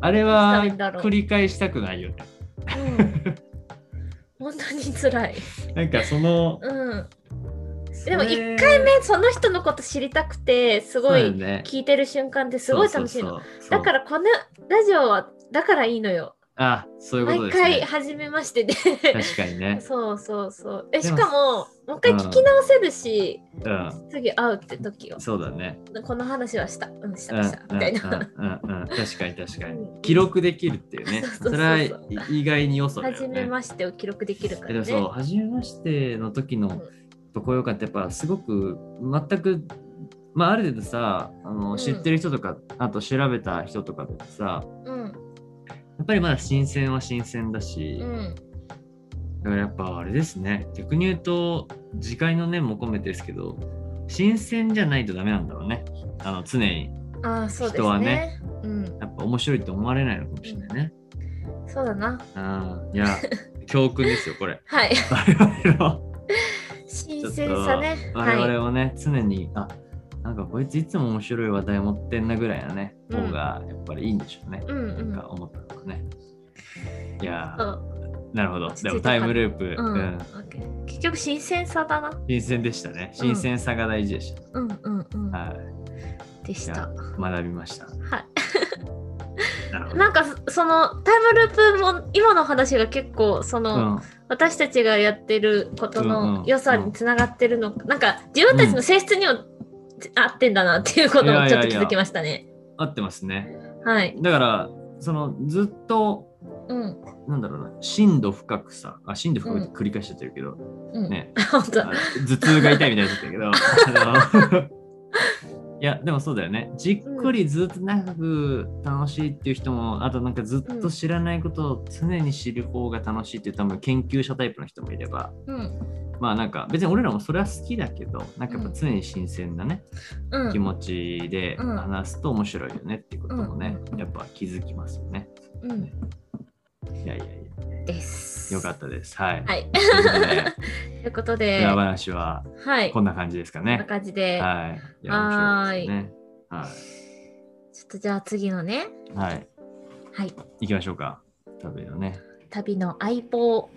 Speaker 1: あれは
Speaker 2: どうしたんだろう
Speaker 1: 繰り返したくないよね
Speaker 2: うん本当に辛い。
Speaker 1: なんかその
Speaker 2: うん。でも
Speaker 1: それ
Speaker 2: 1回目その人のこと知りたくてすご
Speaker 1: そう
Speaker 2: い
Speaker 1: だよね
Speaker 2: 聞いてる瞬間ってすごい楽しいの。
Speaker 1: そうそうそう
Speaker 2: だからこのラジオはだからいいのよ。
Speaker 1: あそういうこと
Speaker 2: 毎
Speaker 1: です
Speaker 2: 回
Speaker 1: ね
Speaker 2: 初めましてで。
Speaker 1: 確かにね、
Speaker 2: そうそうそう。え
Speaker 1: で
Speaker 2: し
Speaker 1: も
Speaker 2: かももう一回聞き直せるし、
Speaker 1: う
Speaker 2: 次会うって時よ
Speaker 1: ん、。そうだね
Speaker 2: この話はした。うんしたした
Speaker 1: う
Speaker 2: み
Speaker 1: ん
Speaker 2: たいな。
Speaker 1: うんうんうん確かに確か
Speaker 2: う
Speaker 1: に
Speaker 2: ん
Speaker 1: 記録できるっていうね
Speaker 2: そう
Speaker 1: そ
Speaker 2: そうそうそ
Speaker 1: うれはい意外によそだよ
Speaker 2: 初め
Speaker 1: ね
Speaker 2: ましてを記録できるか
Speaker 1: で
Speaker 2: ら
Speaker 1: も
Speaker 2: ね。
Speaker 1: そう初めましての時
Speaker 2: うん
Speaker 1: のとこよかってやっぱすごく全くまあある程度さあ
Speaker 2: うん
Speaker 1: の知ってる人とか、あと調べた人とかってさ
Speaker 2: うん
Speaker 1: やっぱりまだ新鮮は新鮮だし、
Speaker 2: うん
Speaker 1: だからやっぱあれですね逆に言うと次回の念も込めてですけど新鮮じゃないとダメなんだろうねあの常に
Speaker 2: ああそうで
Speaker 1: 人
Speaker 2: す
Speaker 1: は
Speaker 2: ね
Speaker 1: ね。
Speaker 2: うん。
Speaker 1: やっぱ面白いと思われないのかもしれないね、
Speaker 2: そうだな。
Speaker 1: ああ、いや、教訓ですよ、こ れ。
Speaker 2: はい。
Speaker 1: 我々は、
Speaker 2: 新鮮さね。
Speaker 1: 我
Speaker 2: はい。
Speaker 1: 々はね、常に、あなんかこいついつも面白い話題持ってんなぐらいのね、
Speaker 2: うん
Speaker 1: 方がやっぱりいいんでしょうね。
Speaker 2: うんうん
Speaker 1: なんか思ったのかね。いや
Speaker 2: う
Speaker 1: ー、
Speaker 2: ん
Speaker 1: なるほど。
Speaker 2: 落ち着い
Speaker 1: で
Speaker 2: た
Speaker 1: もタイムループ、
Speaker 2: う
Speaker 1: うん
Speaker 2: ん結局新鮮さだな。
Speaker 1: 新鮮でしたね。新鮮さが大事でした。
Speaker 2: うんうんうん。
Speaker 1: はい。
Speaker 2: でし
Speaker 1: い
Speaker 2: た
Speaker 1: や。、学びました。
Speaker 2: は
Speaker 1: なるほ
Speaker 2: い。
Speaker 1: ど。
Speaker 2: なんかそのタイムループも今の話が結構その、
Speaker 1: うん、
Speaker 2: 私たちがやってること
Speaker 1: うん
Speaker 2: の
Speaker 1: うん
Speaker 2: 良さにつながってるの、なんか自分たちの性質にも合ってんだなっていうことをちょっと気づきましたね。
Speaker 1: 合ってますね。
Speaker 2: はい。
Speaker 1: だから、そのずっと、
Speaker 2: うん
Speaker 1: なんだろうな、深度深くさ、あ深度深くって繰り返しちゃってるけど、
Speaker 2: うん。
Speaker 1: ね、
Speaker 2: 本当。
Speaker 1: あの頭痛が痛いみたいになっちゃったけど。あの いやでもそうだよねじっくりずっと長く楽しいっていう人もあとなんかずっと知らないことを常に知る方が楽しいっていう多分研究者タイプの人もいれば
Speaker 2: うん
Speaker 1: まあなんか別に俺らもそれは好きだけどなんかやっぱ常に新鮮なね、
Speaker 2: うん。
Speaker 1: 気持ちで話すと面白いよねっていうこともね
Speaker 2: うん
Speaker 1: やっぱ気づきますよね。
Speaker 2: うん。
Speaker 1: いやいやいや
Speaker 2: です。
Speaker 1: よかったです。はい。
Speaker 2: はい。
Speaker 1: ということ で
Speaker 2: ということで、
Speaker 1: 裏
Speaker 2: は。
Speaker 1: 話はいこ
Speaker 2: こ
Speaker 1: んな感じですか
Speaker 2: んな
Speaker 1: ね。
Speaker 2: 感じで、
Speaker 1: はい。いや面白いですね。は
Speaker 2: ちょっとじゃあ次のね、
Speaker 1: い。はい。
Speaker 2: はい、
Speaker 1: 行きましょうか。旅のね。
Speaker 2: 旅の相棒。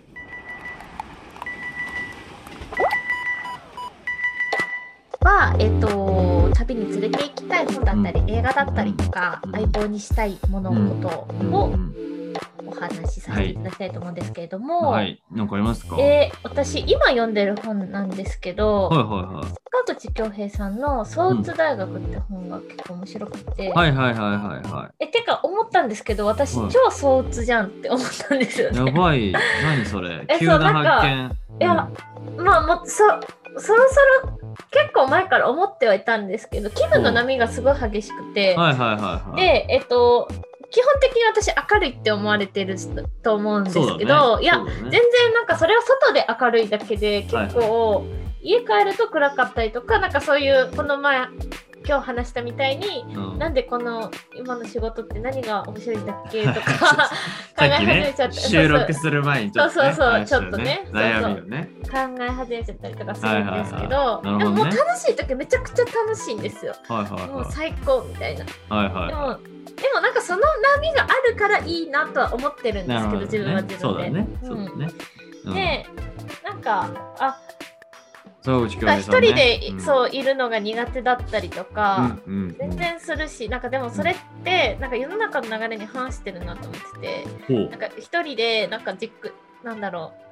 Speaker 2: は、えっ、と、旅に連れて行きたい本だったり、
Speaker 1: うん
Speaker 2: 映画だったりとか、
Speaker 1: うん
Speaker 2: 相棒にしたい物事
Speaker 1: うん
Speaker 2: を
Speaker 1: うん
Speaker 2: お話しさせていただきたいと思うんですけれども、
Speaker 1: はい。なんかありますか。はい
Speaker 2: えー私今読んでる本なんですけど、
Speaker 1: は
Speaker 2: 塚口恭平さんの「創鬱大学」って本が結構面白くて、
Speaker 1: いはい。はいはいはいはいは
Speaker 2: えてか思ったんですけど私、
Speaker 1: はい
Speaker 2: 超創鬱じゃんって思ったんですよ
Speaker 1: い。
Speaker 2: ね。
Speaker 1: やばい。何それ。
Speaker 2: え
Speaker 1: 急
Speaker 2: そう
Speaker 1: な
Speaker 2: なんか
Speaker 1: 発見。
Speaker 2: いやまあもうそそろそろ結構前から思ってはいたんですけど気分の波がすごい激しくて、
Speaker 1: うん。はいはいはいはい。
Speaker 2: でえっと基本的に私明るいって思われてると思うんです
Speaker 1: そうだね
Speaker 2: けど、いや、
Speaker 1: そうだね
Speaker 2: 全然なんかそれは外で明るいだけで結構家帰ると暗かったりとかなんかそういうこの前今日話したみたいに
Speaker 1: うん
Speaker 2: なんでこの今の仕事って何が面白いんだっけとか考え
Speaker 1: さっき
Speaker 2: 始め
Speaker 1: ね
Speaker 2: ちゃっ、た
Speaker 1: 収
Speaker 2: そう
Speaker 1: 録
Speaker 2: そう
Speaker 1: する前にちょっとね、
Speaker 2: そうそうそう
Speaker 1: 話したよ
Speaker 2: ちょっとね
Speaker 1: 悩みをね。
Speaker 2: 考え始めちゃったりとかするんですけ
Speaker 1: はいはいはいな
Speaker 2: ど
Speaker 1: るほどね
Speaker 2: でももう楽しい時めちゃくちゃ楽しいんですよ
Speaker 1: はいはい
Speaker 2: も
Speaker 1: は。
Speaker 2: う最高みたいない
Speaker 1: はいはい
Speaker 2: で
Speaker 1: は
Speaker 2: もでもなんかその波があるからいいなとは思ってるん
Speaker 1: い。
Speaker 2: ですけど自分
Speaker 1: ね
Speaker 2: は自
Speaker 1: そう
Speaker 2: 分
Speaker 1: だ
Speaker 2: で。
Speaker 1: ね。
Speaker 2: う
Speaker 1: そうだ
Speaker 2: ん
Speaker 1: ね。うん、
Speaker 2: でなんかあ
Speaker 1: そう内京
Speaker 2: なん
Speaker 1: 平
Speaker 2: か
Speaker 1: さん
Speaker 2: 一
Speaker 1: ね
Speaker 2: 人で、
Speaker 1: うん
Speaker 2: そういるのが苦手だったりと
Speaker 1: うん
Speaker 2: か、
Speaker 1: うんうん、
Speaker 2: 全然するしなんかでもそれってなんか世の中の流れに反してるなと思って
Speaker 1: ほう
Speaker 2: てなんか一人でなんかじっくなんだろう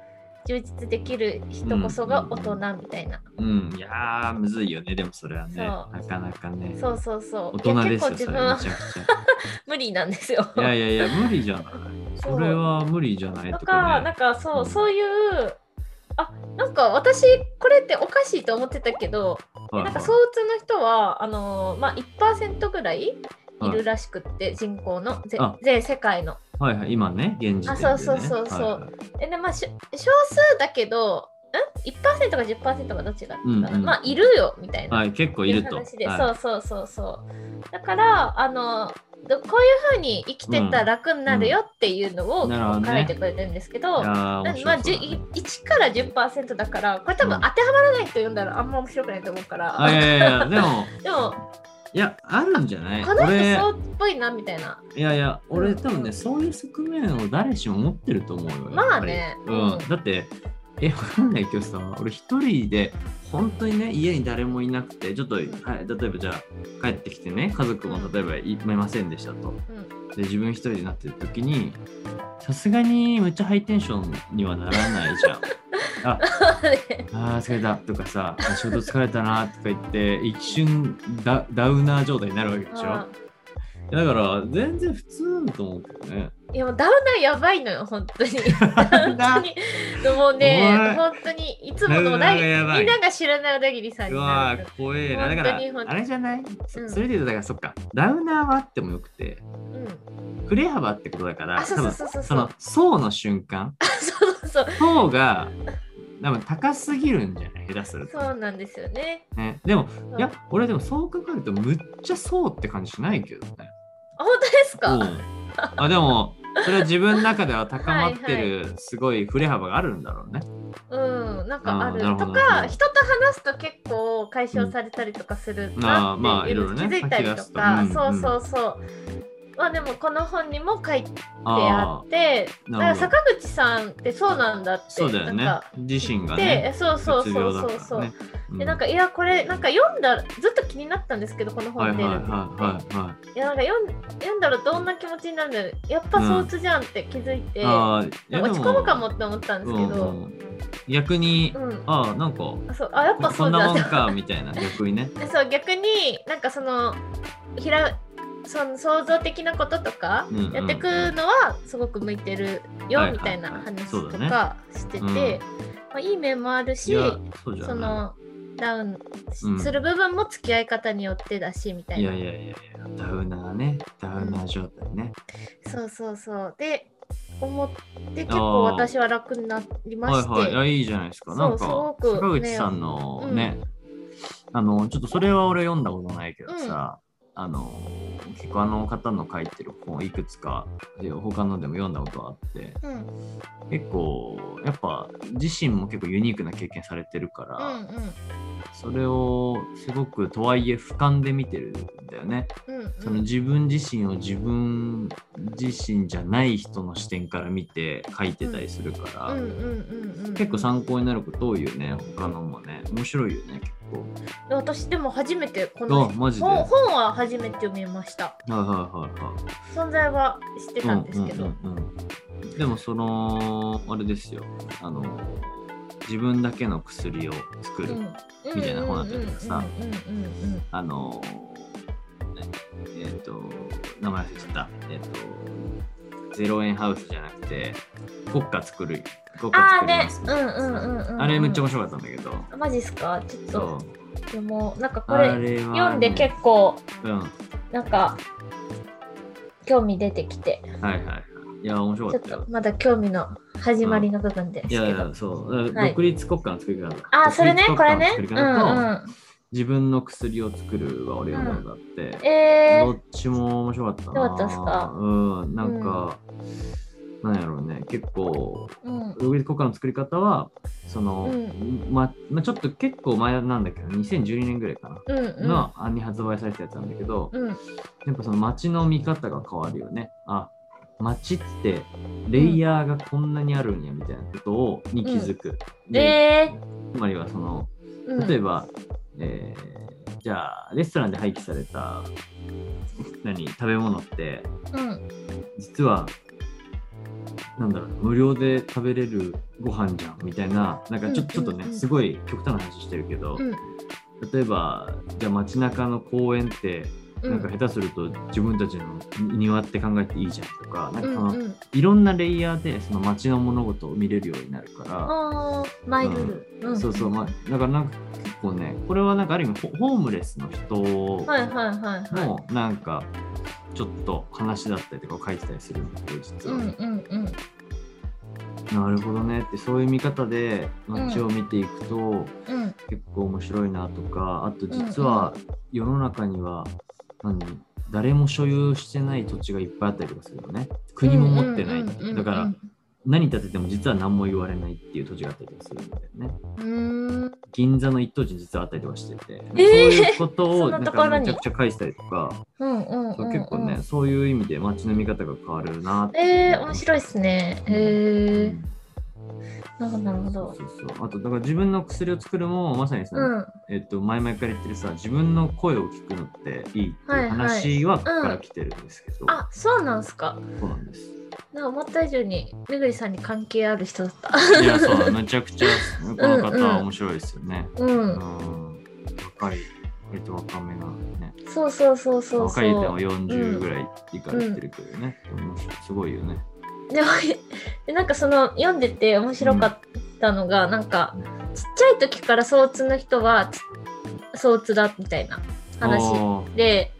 Speaker 2: 充実できる人こそが大人みたいな、
Speaker 1: うん、いやーむずいよねでもそれはね
Speaker 2: そ
Speaker 1: なかなかね
Speaker 2: そうそうそう
Speaker 1: 大
Speaker 2: いや
Speaker 1: 人ですよ
Speaker 2: 結構自
Speaker 1: そ
Speaker 2: 分
Speaker 1: れめ
Speaker 2: は
Speaker 1: ちゃくち
Speaker 2: 無理なんですよ。
Speaker 1: ゃいやいやいや無理じゃない
Speaker 2: そう
Speaker 1: それは無理じゃない
Speaker 2: と
Speaker 1: と
Speaker 2: か
Speaker 1: か
Speaker 2: なん
Speaker 1: ね
Speaker 2: かそう、
Speaker 1: うん
Speaker 2: そういうあなんか私これっておかしいと思ってたけど、
Speaker 1: はい
Speaker 2: なんか
Speaker 1: はい
Speaker 2: 相うつの人はあのーまあ1%ぐらいいるらしくって、人口のぜ
Speaker 1: あ
Speaker 2: 全世界の。
Speaker 1: はいはい今ね現時点で、ね、
Speaker 2: あそうそうそうそう
Speaker 1: はいはい
Speaker 2: えでまあし少数だけどん ?1% か10%かどっちが、
Speaker 1: うんうん
Speaker 2: まあいるよみたいな、
Speaker 1: はい、結構いると
Speaker 2: 話で、
Speaker 1: はい
Speaker 2: そうそうそうそうだからあのどこういうふうに生きてたら楽になるよっていうのを
Speaker 1: うんなるほどね
Speaker 2: 書いてくれてるんですけど、
Speaker 1: いやー
Speaker 2: な
Speaker 1: 面白
Speaker 2: まあ、
Speaker 1: そう
Speaker 2: じ
Speaker 1: だね
Speaker 2: ゅ1から10%だからこれ多分当てはまらない人読んだらあんま面白くないと思うから、
Speaker 1: あいやいやいやでも
Speaker 2: でも
Speaker 1: いやあるんじゃない
Speaker 2: この人
Speaker 1: 俺
Speaker 2: そうっぽいなみたいない
Speaker 1: やいや
Speaker 2: う
Speaker 1: 俺
Speaker 2: ん
Speaker 1: 多分ねそういう側面を誰しも持ってると思うよ
Speaker 2: まあね
Speaker 1: やっぱりうん
Speaker 2: うん
Speaker 1: だってえわかんない教師さんは俺一人で本当にね家に誰もいなくてちょっと、はい、例えばじゃあ帰ってきてね家族も例えばいませんでしたとで自分一人になってる時にさすがにむっちゃハイテンションにはならない じゃんああー疲れたとかさあ仕事疲れたなとか言って一瞬ダダウナー状態になるわけでしょ、だから全然普通だと思うけどね。
Speaker 2: いやもうダウナーやばいのよ 本当に
Speaker 1: ウ
Speaker 2: 本
Speaker 1: ナー
Speaker 2: 当にもう
Speaker 1: お
Speaker 2: ね
Speaker 1: 前
Speaker 2: 本当にいつものおだ
Speaker 1: ダウナー
Speaker 2: ぎ
Speaker 1: がやばい
Speaker 2: みんなが知らない小田切さん
Speaker 1: う
Speaker 2: に
Speaker 1: わ
Speaker 2: な
Speaker 1: あ
Speaker 2: る
Speaker 1: 怖えな。だ
Speaker 2: 本当に
Speaker 1: から
Speaker 2: 本当に
Speaker 1: あれじゃない、そ
Speaker 2: うん
Speaker 1: それで言うとだからそっかダウナーはあってもよくて
Speaker 2: うん
Speaker 1: 振れ幅ってことだから
Speaker 2: あそ
Speaker 1: 多
Speaker 2: うそう
Speaker 1: 分
Speaker 2: そうそう
Speaker 1: そ
Speaker 2: そう
Speaker 1: の層の瞬間
Speaker 2: そうそう
Speaker 1: 層が多分高すぎるんじゃない下手すると。
Speaker 2: そうなんですよね
Speaker 1: ね、でも
Speaker 2: うん
Speaker 1: いや俺でもそう考えるとむっちゃ層って感じしないけどね。
Speaker 2: あ本当です
Speaker 1: う
Speaker 2: か
Speaker 1: んあでもそれは自分の中では高まって
Speaker 2: はい
Speaker 1: るすごい振れ幅があるんだろうね。
Speaker 2: うんなんかある
Speaker 1: あーなるほ
Speaker 2: と
Speaker 1: どな
Speaker 2: か
Speaker 1: るほど
Speaker 2: 人と話すと結構解消されたりとかするな
Speaker 1: あーま
Speaker 2: っ
Speaker 1: あ
Speaker 2: てい
Speaker 1: いうろい
Speaker 2: の
Speaker 1: ろ
Speaker 2: に
Speaker 1: ね
Speaker 2: 気づいたりとか
Speaker 1: 吐き出すと
Speaker 2: そ
Speaker 1: うんう
Speaker 2: う
Speaker 1: ん
Speaker 2: そうそうまあでもこの本にも書いてあ
Speaker 1: あ
Speaker 2: っ
Speaker 1: あ
Speaker 2: て
Speaker 1: な
Speaker 2: だから
Speaker 1: るほど。
Speaker 2: 坂口さんってそうなんだって
Speaker 1: そうだよね
Speaker 2: なんか。
Speaker 1: 自身が
Speaker 2: で
Speaker 1: ね。
Speaker 2: そうそ
Speaker 1: う
Speaker 2: うそう
Speaker 1: つ病だ
Speaker 2: そう
Speaker 1: か
Speaker 2: そ
Speaker 1: らね
Speaker 2: う。で
Speaker 1: う
Speaker 2: なんかいやこれなんか読んだらずっと気になったんですけどこの
Speaker 1: はい
Speaker 2: 本
Speaker 1: はいはい
Speaker 2: で、い
Speaker 1: はいは
Speaker 2: やなんか読ん読んだらどんな気持ちになるんだろうやっぱ相鬱じゃんって気づいて、
Speaker 1: い。ああ、いや
Speaker 2: 落ち込むかも
Speaker 1: で
Speaker 2: って思ったんです
Speaker 1: も
Speaker 2: けど、
Speaker 1: うんうん逆に、
Speaker 2: うん
Speaker 1: ああ、なんか、こ
Speaker 2: あそうあやっぱそ
Speaker 1: こ
Speaker 2: うん
Speaker 1: な
Speaker 2: だ
Speaker 1: も
Speaker 2: っ
Speaker 1: ん
Speaker 2: て
Speaker 1: かみた いな、逆にね。
Speaker 2: でそう逆になんかそのひらその想像的なこととか
Speaker 1: うんうん
Speaker 2: やってくのはすごく向いてるよ、
Speaker 1: はいはいはい
Speaker 2: みたいな話と
Speaker 1: そう
Speaker 2: かしてて、
Speaker 1: うん
Speaker 2: まあ、いい面もある
Speaker 1: い
Speaker 2: し
Speaker 1: や、そうじゃ
Speaker 2: そ
Speaker 1: な
Speaker 2: のダウン
Speaker 1: うん
Speaker 2: する部分も付き合い方によってだしみた
Speaker 1: い。い
Speaker 2: いな、
Speaker 1: やいやいやいや、ダウナーね、ダウナー状態ね。
Speaker 2: そうそうそうで思って結構私は楽になりま
Speaker 1: はい
Speaker 2: して、
Speaker 1: はいいや、いいじゃないですか。
Speaker 2: そう
Speaker 1: なんか
Speaker 2: すご、く
Speaker 1: 坂口さんのね、あの、ちょっとそれは俺読んだことないけどさ、あの結構あの方の書いてる本いくつかで他のでも読んだことはあって
Speaker 2: うんうん
Speaker 1: 結構やっぱ自身も結構ユニークな経験されてるから、それをすごくとはいえ俯瞰で見てるんだよね。
Speaker 2: うん
Speaker 1: そうの
Speaker 2: ん
Speaker 1: 自分自身を自分自身じゃない人の視点から見て書いてたりするから、
Speaker 2: うんうんうんうん
Speaker 1: 結構参考になること多いよね他のもね面白いよね結構
Speaker 2: 私でも初めてこ
Speaker 1: あ
Speaker 2: の
Speaker 1: マジで
Speaker 2: 本
Speaker 1: はい
Speaker 2: 本は初めて読みました
Speaker 1: はいはいはい
Speaker 2: 存在は知ってたんですけど、
Speaker 1: うんうんうんうんでもそのあれですよあの自分だけの薬を作る、みたいな本だったりとかさ
Speaker 2: うんうんうんうん
Speaker 1: あのねえっ、と名前忘れちゃったえっ、とゼロ円ハウスじゃなくて国家作る国家作
Speaker 2: ああ
Speaker 1: り
Speaker 2: ね
Speaker 1: ます、
Speaker 2: うんうんうんうんうん
Speaker 1: あれめっちゃ面白かったんだけど、
Speaker 2: マジっすかちょっ
Speaker 1: そ
Speaker 2: と
Speaker 1: う
Speaker 2: でもなんかこ
Speaker 1: あれは
Speaker 2: れ
Speaker 1: ね、
Speaker 2: 読んで結構
Speaker 1: うんは
Speaker 2: なんか興味出てきて
Speaker 1: いはいはいいや面白
Speaker 2: ち
Speaker 1: か
Speaker 2: ょっ
Speaker 1: ったよ
Speaker 2: とまだ興味の始まりの部分です
Speaker 1: い
Speaker 2: けど、
Speaker 1: やいやそう、
Speaker 2: はい
Speaker 1: 独立国家の作り方
Speaker 2: ああそれね
Speaker 1: 独
Speaker 2: これ
Speaker 1: 立
Speaker 2: ね
Speaker 1: 国家の作り
Speaker 2: う
Speaker 1: 方
Speaker 2: ん
Speaker 1: と、
Speaker 2: うん
Speaker 1: 自分の薬を作るは俺読んだことあって、
Speaker 2: え
Speaker 1: ど
Speaker 2: ー
Speaker 1: っちも面白かったな。
Speaker 2: よかったっすか
Speaker 1: うん、なんか、なんやろうね、結構、
Speaker 2: うん
Speaker 1: 独立国家の作り方は、その、
Speaker 2: う
Speaker 1: ままちょっと結構前なんだけど、2012年ぐらいかな。
Speaker 2: うんうん
Speaker 1: のあに発売されたやつなんだけど、
Speaker 2: うん
Speaker 1: やっぱその街の見方が変わるよね。あ街ってレイヤーがこんなにあるんやみたいなことをに気づく。で
Speaker 2: えー
Speaker 1: つまりはその
Speaker 2: うん
Speaker 1: 例えば、えーじゃあレストランで廃棄された何食べ物って
Speaker 2: うん
Speaker 1: 実はなんだろう無料で食べれるご飯じゃんみたいななんかちょ,、
Speaker 2: うん
Speaker 1: ちょっとね、
Speaker 2: うんうん
Speaker 1: すごい極端な話してるけど、
Speaker 2: うん
Speaker 1: 例えばじゃあ街中の公園って
Speaker 2: う
Speaker 1: なんか下手すると自分たちの庭って考えていいじゃんとかなんかその、
Speaker 2: うんうん
Speaker 1: いろんなレイヤーでその街の物事を見れるようになるから。
Speaker 2: あーマイルール、ん
Speaker 1: そうそう、まあ、だからなんか結構ね、これはなんかある意味ホホームレスの人
Speaker 2: はいはいはいはい
Speaker 1: のなんかちょっと話だったりとかを書いてたりするんだけど、実
Speaker 2: う
Speaker 1: は、
Speaker 2: んうんうん
Speaker 1: なるほどねって、そういう見方で街を見ていくと、
Speaker 2: うん
Speaker 1: 結構面白いなとか、あと実は世の中には何誰も所有してない土地がいっぱいあったりとかするよね。国も持ってない。
Speaker 2: うんうんうんうん
Speaker 1: だから何建てても実は何も言われないっていう土地があったりとかするんだよね。
Speaker 2: うーん
Speaker 1: 銀座の一等地に実はあったりとかしてて、
Speaker 2: えー
Speaker 1: そういうことを
Speaker 2: そ
Speaker 1: なんん
Speaker 2: なところ
Speaker 1: か
Speaker 2: に
Speaker 1: めちゃくちゃ返したりとか、
Speaker 2: うんうんうん
Speaker 1: そううん結構ねそういう意味で街の見方が変わるなって
Speaker 2: えー、面白いですね。え
Speaker 1: うん、
Speaker 2: ーなるほどなるほ
Speaker 1: そう
Speaker 2: ど。
Speaker 1: そうそうあとだから自分の薬を作るもまさにさ、
Speaker 2: うん、
Speaker 1: えっと前々から言ってるさ自分の声を聞くのっていいっていう話はここから来てるんですけど、
Speaker 2: あ、そうなんすか。
Speaker 1: そうなんです
Speaker 2: なんか思った以上にめぐりさんに関係ある人だった。
Speaker 1: いやそうめちゃくちゃこの方は
Speaker 2: うん
Speaker 1: 面白いですよね
Speaker 2: うん、
Speaker 1: うん若い割と若めなね
Speaker 2: そうそうそうそう
Speaker 1: 若
Speaker 2: そ
Speaker 1: い人
Speaker 2: う
Speaker 1: は。40ぐらい以下言ってるけどね、面白いすごいよね
Speaker 2: でもでなんかその読んでて面白かったのが、なんかちっちゃい時から相つの人はつ相つだみたいな話
Speaker 1: おー
Speaker 2: で。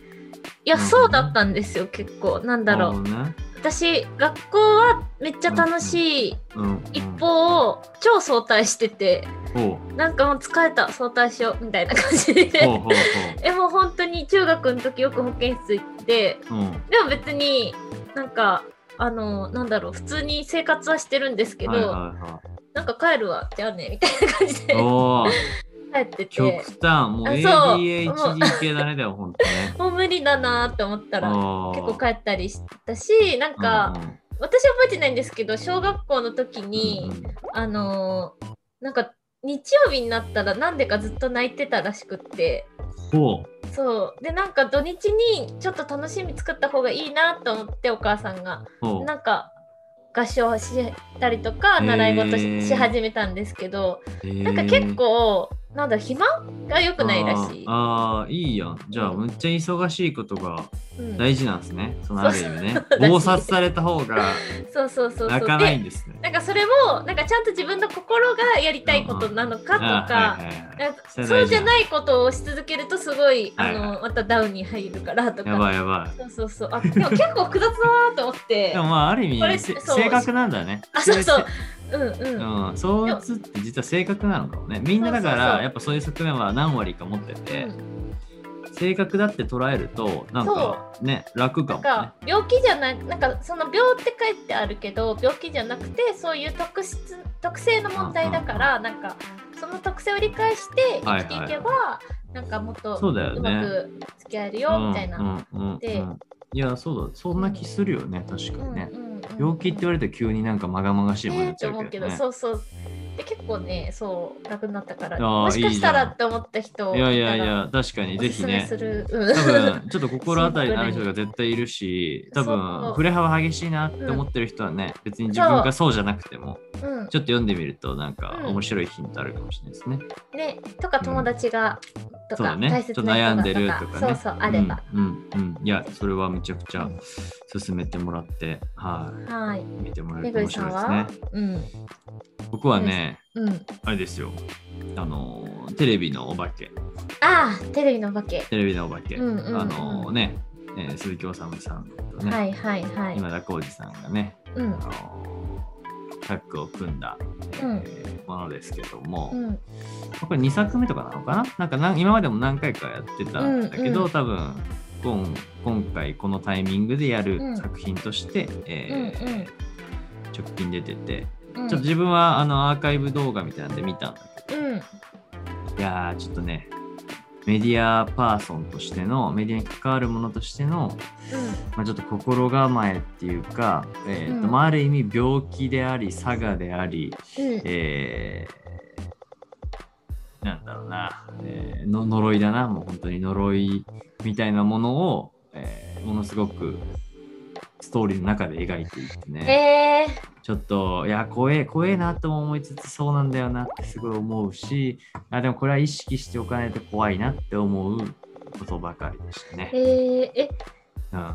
Speaker 2: いや、
Speaker 1: なるほどね
Speaker 2: そうだったんですよ、結構。なんだろう。
Speaker 1: なる
Speaker 2: 私、学校はめっちゃ楽しい
Speaker 1: ほどね、うん
Speaker 2: 一方超早退してて
Speaker 1: うんほ
Speaker 2: なんかもう疲れた早退しようみたいな感じ
Speaker 1: うほう
Speaker 2: で
Speaker 1: ほう
Speaker 2: えもう本当に中学の時よく保健室行って
Speaker 1: ほううん
Speaker 2: でも別になんかあのなんだろう普通に生活はしてるんですけど、
Speaker 1: はいは
Speaker 2: なんか帰るわじゃあねみたいな感じ
Speaker 1: いはい
Speaker 2: で
Speaker 1: おお
Speaker 2: 帰ってて
Speaker 1: 極端もう
Speaker 2: あそう
Speaker 1: ADHD 系だねだよほんとね
Speaker 2: もう無理だなーって思ったら結
Speaker 1: 結
Speaker 2: 構帰ったりしたしなんか、私覚えてないんですけど小学校の時に、あのーなんか日曜日になったらなんでかずっと泣いてたらしくって。
Speaker 1: ほ
Speaker 2: そうでなんか土日にちょっと楽しみ作った方がいいなと思ってお母さんが
Speaker 1: うほう
Speaker 2: なんか合唱したりとか
Speaker 1: へー
Speaker 2: 習い事し,、始めたんですけど
Speaker 1: な
Speaker 2: なんか結構なんだ暇が良くないらしい。
Speaker 1: あーあーいいやんじゃあ
Speaker 2: う
Speaker 1: むっちゃ忙しいことが
Speaker 2: うん
Speaker 1: 大事なんですね、そのある意味ね
Speaker 2: そう
Speaker 1: 暴殺された方が
Speaker 2: そうそうそうそう
Speaker 1: 泣かない
Speaker 2: で
Speaker 1: んですね
Speaker 2: なんかそれもなんかちゃんと自分の心がやりたいことなのかと
Speaker 1: あー
Speaker 2: か。
Speaker 1: はいはいはい
Speaker 2: なんか
Speaker 1: それ大事
Speaker 2: そうじゃないことをし続けるとすごい、
Speaker 1: はいはい
Speaker 2: あのまたダウンに入るからと
Speaker 1: やば
Speaker 2: か
Speaker 1: いやばい
Speaker 2: そうそうそうあでも結構複雑だなと思っ て
Speaker 1: でもまあある意
Speaker 2: これ
Speaker 1: 味せ
Speaker 2: そう
Speaker 1: 性格なんだね
Speaker 2: あそうそううんうん
Speaker 1: うん、そうつって実は性格なのかもねみんなだか
Speaker 2: そうそうそ
Speaker 1: ら
Speaker 2: う
Speaker 1: やっぱそういう側面は何割か持ってて、
Speaker 2: うん
Speaker 1: 性格だって捉えるとなんかね楽か
Speaker 2: な
Speaker 1: も
Speaker 2: ん
Speaker 1: ね。
Speaker 2: か病気じゃないなんかその病って書いてあるけど病気じゃなくてそういう特質特性の問題だからなんかその特性を理解して生きていけば、なんかもっと
Speaker 1: そうだよ
Speaker 2: う
Speaker 1: ね
Speaker 2: まく付き合えるよみたいな。
Speaker 1: うんうんうん
Speaker 2: で
Speaker 1: うんいやそうだそんな気するよね確かにね。
Speaker 2: うんうんうん
Speaker 1: 病気って言われて急になんかまがまがしいもん
Speaker 2: え
Speaker 1: なっ
Speaker 2: ーって
Speaker 1: ちゃ
Speaker 2: 思
Speaker 1: う
Speaker 2: う
Speaker 1: け
Speaker 2: け
Speaker 1: ど
Speaker 2: ど、
Speaker 1: ね。
Speaker 2: そうそうで結構ねそう楽になったから
Speaker 1: あー
Speaker 2: もしかした
Speaker 1: いい
Speaker 2: ら
Speaker 1: じゃん
Speaker 2: って思った人
Speaker 1: いやいやい
Speaker 2: たら
Speaker 1: や確かに
Speaker 2: お
Speaker 1: ぜ
Speaker 2: す
Speaker 1: ひ
Speaker 2: すめ
Speaker 1: ね
Speaker 2: する、
Speaker 1: 多
Speaker 2: うん
Speaker 1: 分ちょっと心当たりのある人が絶対いるし多
Speaker 2: そ
Speaker 1: 分
Speaker 2: う
Speaker 1: 振れ幅激しいなって思ってる人はね別に自分がそうじゃなくても
Speaker 2: うん
Speaker 1: ちょっと読んでみるとなんか
Speaker 2: うん
Speaker 1: 面白いヒントあるかもしれないですね。
Speaker 2: ねとか友達が、と
Speaker 1: そうだ
Speaker 2: か、
Speaker 1: ね
Speaker 2: 大
Speaker 1: ちょっと
Speaker 2: 切な
Speaker 1: 悩
Speaker 2: 人
Speaker 1: ん
Speaker 2: が
Speaker 1: でると
Speaker 2: と
Speaker 1: か
Speaker 2: か
Speaker 1: ね。
Speaker 2: そうそうあれば、
Speaker 1: うんうんうんいやそれはめちゃくち
Speaker 2: う
Speaker 1: ゃ
Speaker 2: ん
Speaker 1: 進めてもらってはい
Speaker 2: はい
Speaker 1: 見てもらえ
Speaker 2: め
Speaker 1: ると
Speaker 2: ぐり
Speaker 1: 面白い
Speaker 2: さん
Speaker 1: です
Speaker 2: は
Speaker 1: ね。
Speaker 2: うん
Speaker 1: 僕はね
Speaker 2: うん
Speaker 1: あれですよあのテレビのお化け
Speaker 2: ああテレビのお化け
Speaker 1: テレビのお化け、
Speaker 2: うんうんうん
Speaker 1: あのね、えー鈴木おさむさんとね、
Speaker 2: はいはいはい
Speaker 1: 今田耕司さんがね、
Speaker 2: うん
Speaker 1: あのータッグを組んだ、えーものですけども、
Speaker 2: うん
Speaker 1: これ2作目とかなのかななんかなん今までも何回かやってたんだけど、
Speaker 2: うんうん
Speaker 1: 多分今今回このタイミングでやる作品として、えー
Speaker 2: うんうん
Speaker 1: 直近出てて、
Speaker 2: うん
Speaker 1: ちょっと自分はあのアーカイブ動画みたいなんで見たんだけど、
Speaker 2: うん
Speaker 1: いやーちょっとねメディアパーソンとしてのメディアに関わるものとしての、まあ、ちょっと心構えっていうか、えーと
Speaker 2: うん
Speaker 1: まあ、ある意味病気であり佐賀であり、
Speaker 2: うんうん
Speaker 1: えーなんだろうな、えーの呪いだなもう本当に呪いみたいなものを、えーものすごくストーリーの中で描いていってね、
Speaker 2: えー
Speaker 1: ちょっといや怖え怖えなとも思いつつそうなんだよなってすごい思うしあでもこれは意識しておかないと怖いなって思うことばかりでしたね
Speaker 2: え。ーえ
Speaker 1: うん、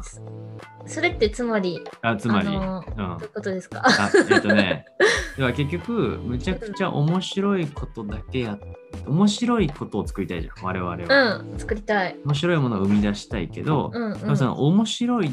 Speaker 2: それってつまり
Speaker 1: あつまり、
Speaker 2: あの
Speaker 1: う
Speaker 2: ー
Speaker 1: ん
Speaker 2: どういうことですか
Speaker 1: あえっとね では結局むちゃくちゃ面白いことだけや面白いことを作りたいじゃん我々は、
Speaker 2: うん作りたい
Speaker 1: 面白いものを生み出したいけど、
Speaker 2: うん
Speaker 1: で
Speaker 2: う
Speaker 1: も
Speaker 2: ん
Speaker 1: その面白い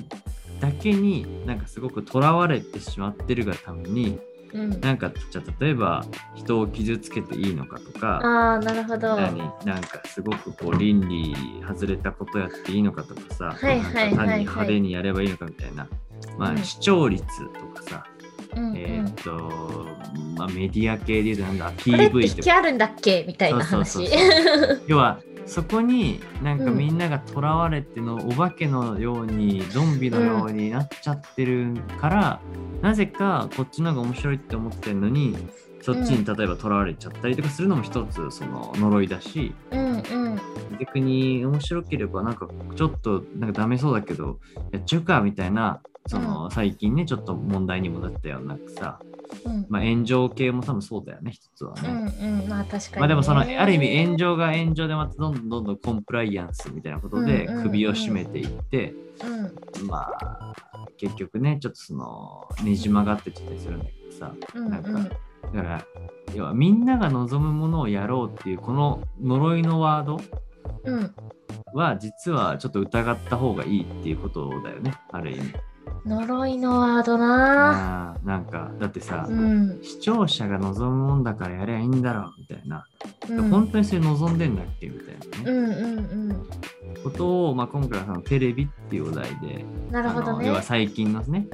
Speaker 1: だけになんかすごくとらわれてしまってるがために
Speaker 2: うん
Speaker 1: なんかじゃあ例えば人を傷つけていいのかとか
Speaker 2: ああなるほど
Speaker 1: 何なんかすごくこう倫理外れたことやっていいのかとかさ、
Speaker 2: はいはいはいは
Speaker 1: なん
Speaker 2: い
Speaker 1: か単に派手にやればいいのかみたいな、ま
Speaker 2: う
Speaker 1: あ、
Speaker 2: ん
Speaker 1: 視聴率とかさ、
Speaker 2: うんうん
Speaker 1: えーっと、まあ、メディア系で言うとなんだ
Speaker 2: これって
Speaker 1: PV
Speaker 2: 引
Speaker 1: と
Speaker 2: き
Speaker 1: か
Speaker 2: あるんだっけみたいな
Speaker 1: そう
Speaker 2: 話
Speaker 1: そう要はそこになんか
Speaker 2: うん
Speaker 1: みんながとらわれての、お化けのようにゾンビのようになっちゃってるから、なぜかこっちの方が面白いって思ってるのにそっちに例えばとらわれちゃったりとかするのも一つその呪いだし
Speaker 2: うんうん
Speaker 1: 逆に面白ければなんかちょっとなんかダメそうだけどやっちゃうかみたいなその、最近ねちょっと問題にもなったようなさ、
Speaker 2: うん
Speaker 1: まあ、炎上系も多分そうだよね、一つはね。
Speaker 2: うんうんまあ確かに、ね。
Speaker 1: まあでもそのある意味炎上が炎上でまたどんどんどんどんコンプライアンスみたいなことで
Speaker 2: うんうんうん
Speaker 1: 首を絞めていって、
Speaker 2: うん
Speaker 1: まあ結局ねちょっとそのねじ曲がってっちゃったりするんだけどさ
Speaker 2: うん
Speaker 1: なんか
Speaker 2: うん
Speaker 1: だから要はみんなが望むものをやろうっていうこの呪いのワード
Speaker 2: うん
Speaker 1: は実はちょっと疑った方がいいっていうことだよねある意味。
Speaker 2: 呪いのワードな
Speaker 1: あーなんかだってさ、
Speaker 2: ぁ。うん
Speaker 1: 視聴者が望むもんだからやりゃいいんだろうみたいな。
Speaker 2: うん
Speaker 1: 本当にそれ望んでんだっけみたいな
Speaker 2: う
Speaker 1: ね、
Speaker 2: んうん
Speaker 1: ことを、まあ、今回はそのテレビっていうお題で、
Speaker 2: うん。なる
Speaker 1: あ
Speaker 2: ほど
Speaker 1: の
Speaker 2: ね。
Speaker 1: 要は最近のね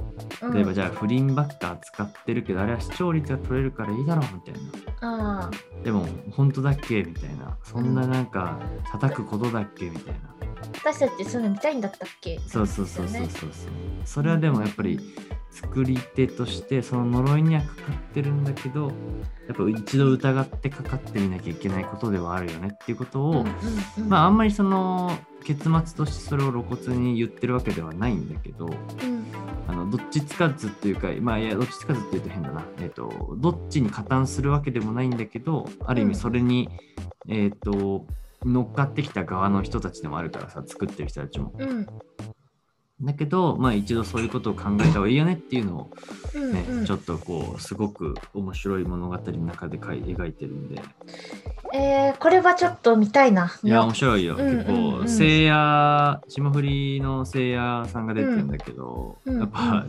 Speaker 1: 例えばじゃあ不倫ばっか扱ってるけど、あれは視聴率が取れるからいいだろうみたいな
Speaker 2: うん、ああ
Speaker 1: でも本当だっけみたいなそんななんか叩くことだっけみたいな
Speaker 2: 私たちそういうの見たいんだったっけ
Speaker 1: そうそうそうそう
Speaker 2: ね
Speaker 1: そうそうそれはでもやっぱり作り手としてその呪いにはかかってるんだけどやっぱ一度疑ってかかってみなきゃいけないことではあるよねっていうことを、
Speaker 2: うんうんうん、
Speaker 1: まああ
Speaker 2: あ、
Speaker 1: んまりその結末としてそれを露骨に言ってるわけではないんだけど
Speaker 2: うん
Speaker 1: あのどっちつかずっていうかまあいやどっちつかずって言うと変だな、えっとどっちに加担するわけでもないんだけどある意
Speaker 2: う
Speaker 1: 味
Speaker 2: ん
Speaker 1: それに、えっと乗っかってきた側の人たちでもあるからさ作ってる人たちも。
Speaker 2: うんうん
Speaker 1: だけどまあ一度そういうことを考えた方がいいよねっていうのを、
Speaker 2: うん
Speaker 1: ねちょっとこうすごく面白い物語の中で描い描いてるんで。
Speaker 2: えー、これはちょっと見たいな。
Speaker 1: いや面白いよ、
Speaker 2: うん
Speaker 1: 結
Speaker 2: うんう
Speaker 1: 構
Speaker 2: ん
Speaker 1: せいや霜降りのせいやさんが出てるんだけど、
Speaker 2: うん
Speaker 1: やっぱ、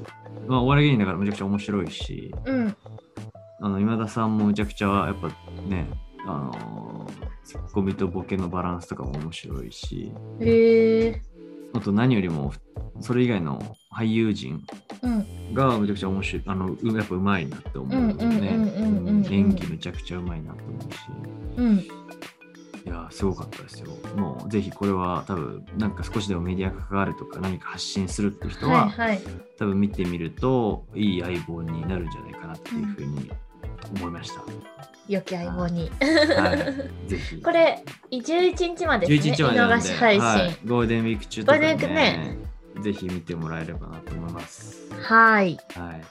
Speaker 1: まあ、お笑い芸人だからめちゃくちゃ面白いし
Speaker 2: うん
Speaker 1: あの今田さんもめちゃくちゃやっぱねあのツッコミとボケのバランスとかも面白いし
Speaker 2: へえ
Speaker 1: あと何よりもそれ以外の俳優陣
Speaker 2: うん
Speaker 1: がめちゃくちゃ面白いあのうやっぱうまいなって思うよね
Speaker 2: うんうんうんうんうんうん
Speaker 1: うん演技めちゃくちゃうまいなって思うし
Speaker 2: うん
Speaker 1: いやーすごかったですよもうぜひこれは多分なんか少しでもメディアが関わるとか何か発信するって人は、
Speaker 2: はいはい
Speaker 1: 多分見てみるといい相棒になるんじゃないかなっていうふうに思いま した、
Speaker 2: 良き相棒に
Speaker 1: はいぜひ
Speaker 2: これ11日までですね
Speaker 1: 11日までなん
Speaker 2: 見逃
Speaker 1: で
Speaker 2: し配信
Speaker 1: はい、ゴールデンウィーク中とか
Speaker 2: ゴー
Speaker 1: ね
Speaker 2: ルデンウィー
Speaker 1: ぜひ見てもらえればなと思います
Speaker 2: はい
Speaker 1: はい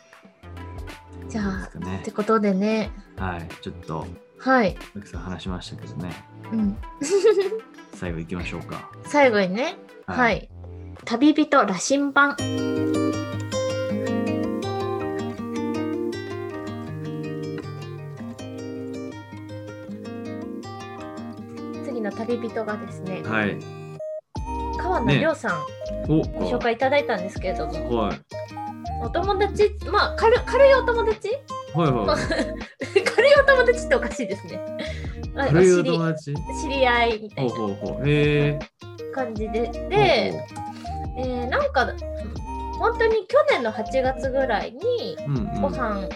Speaker 2: じゃ
Speaker 1: どうで
Speaker 2: あ
Speaker 1: すか
Speaker 2: って
Speaker 1: ね
Speaker 2: ことでね
Speaker 1: はいちょっと
Speaker 2: はい
Speaker 1: たくさん話しましたけどね
Speaker 2: うん
Speaker 1: 最後行きましょうか
Speaker 2: 最後にねはい、旅人羅針盤次の旅人がですね
Speaker 1: はい、
Speaker 2: 川野
Speaker 1: ね
Speaker 2: 亮さん
Speaker 1: お
Speaker 2: ご紹介いただいたんですけれども、
Speaker 1: はい
Speaker 2: お友達まあ軽軽いお友達
Speaker 1: はいはい
Speaker 2: 軽いお友達っておかしいです ねなんか
Speaker 1: 軽いお
Speaker 2: 知り
Speaker 1: 友達
Speaker 2: 知り合いみた
Speaker 1: ほう
Speaker 2: いな
Speaker 1: ほうほうへえ
Speaker 2: 感じでで、えーなんか本当に去年の8月ぐらいに
Speaker 1: ほうほううんうん
Speaker 2: ご飯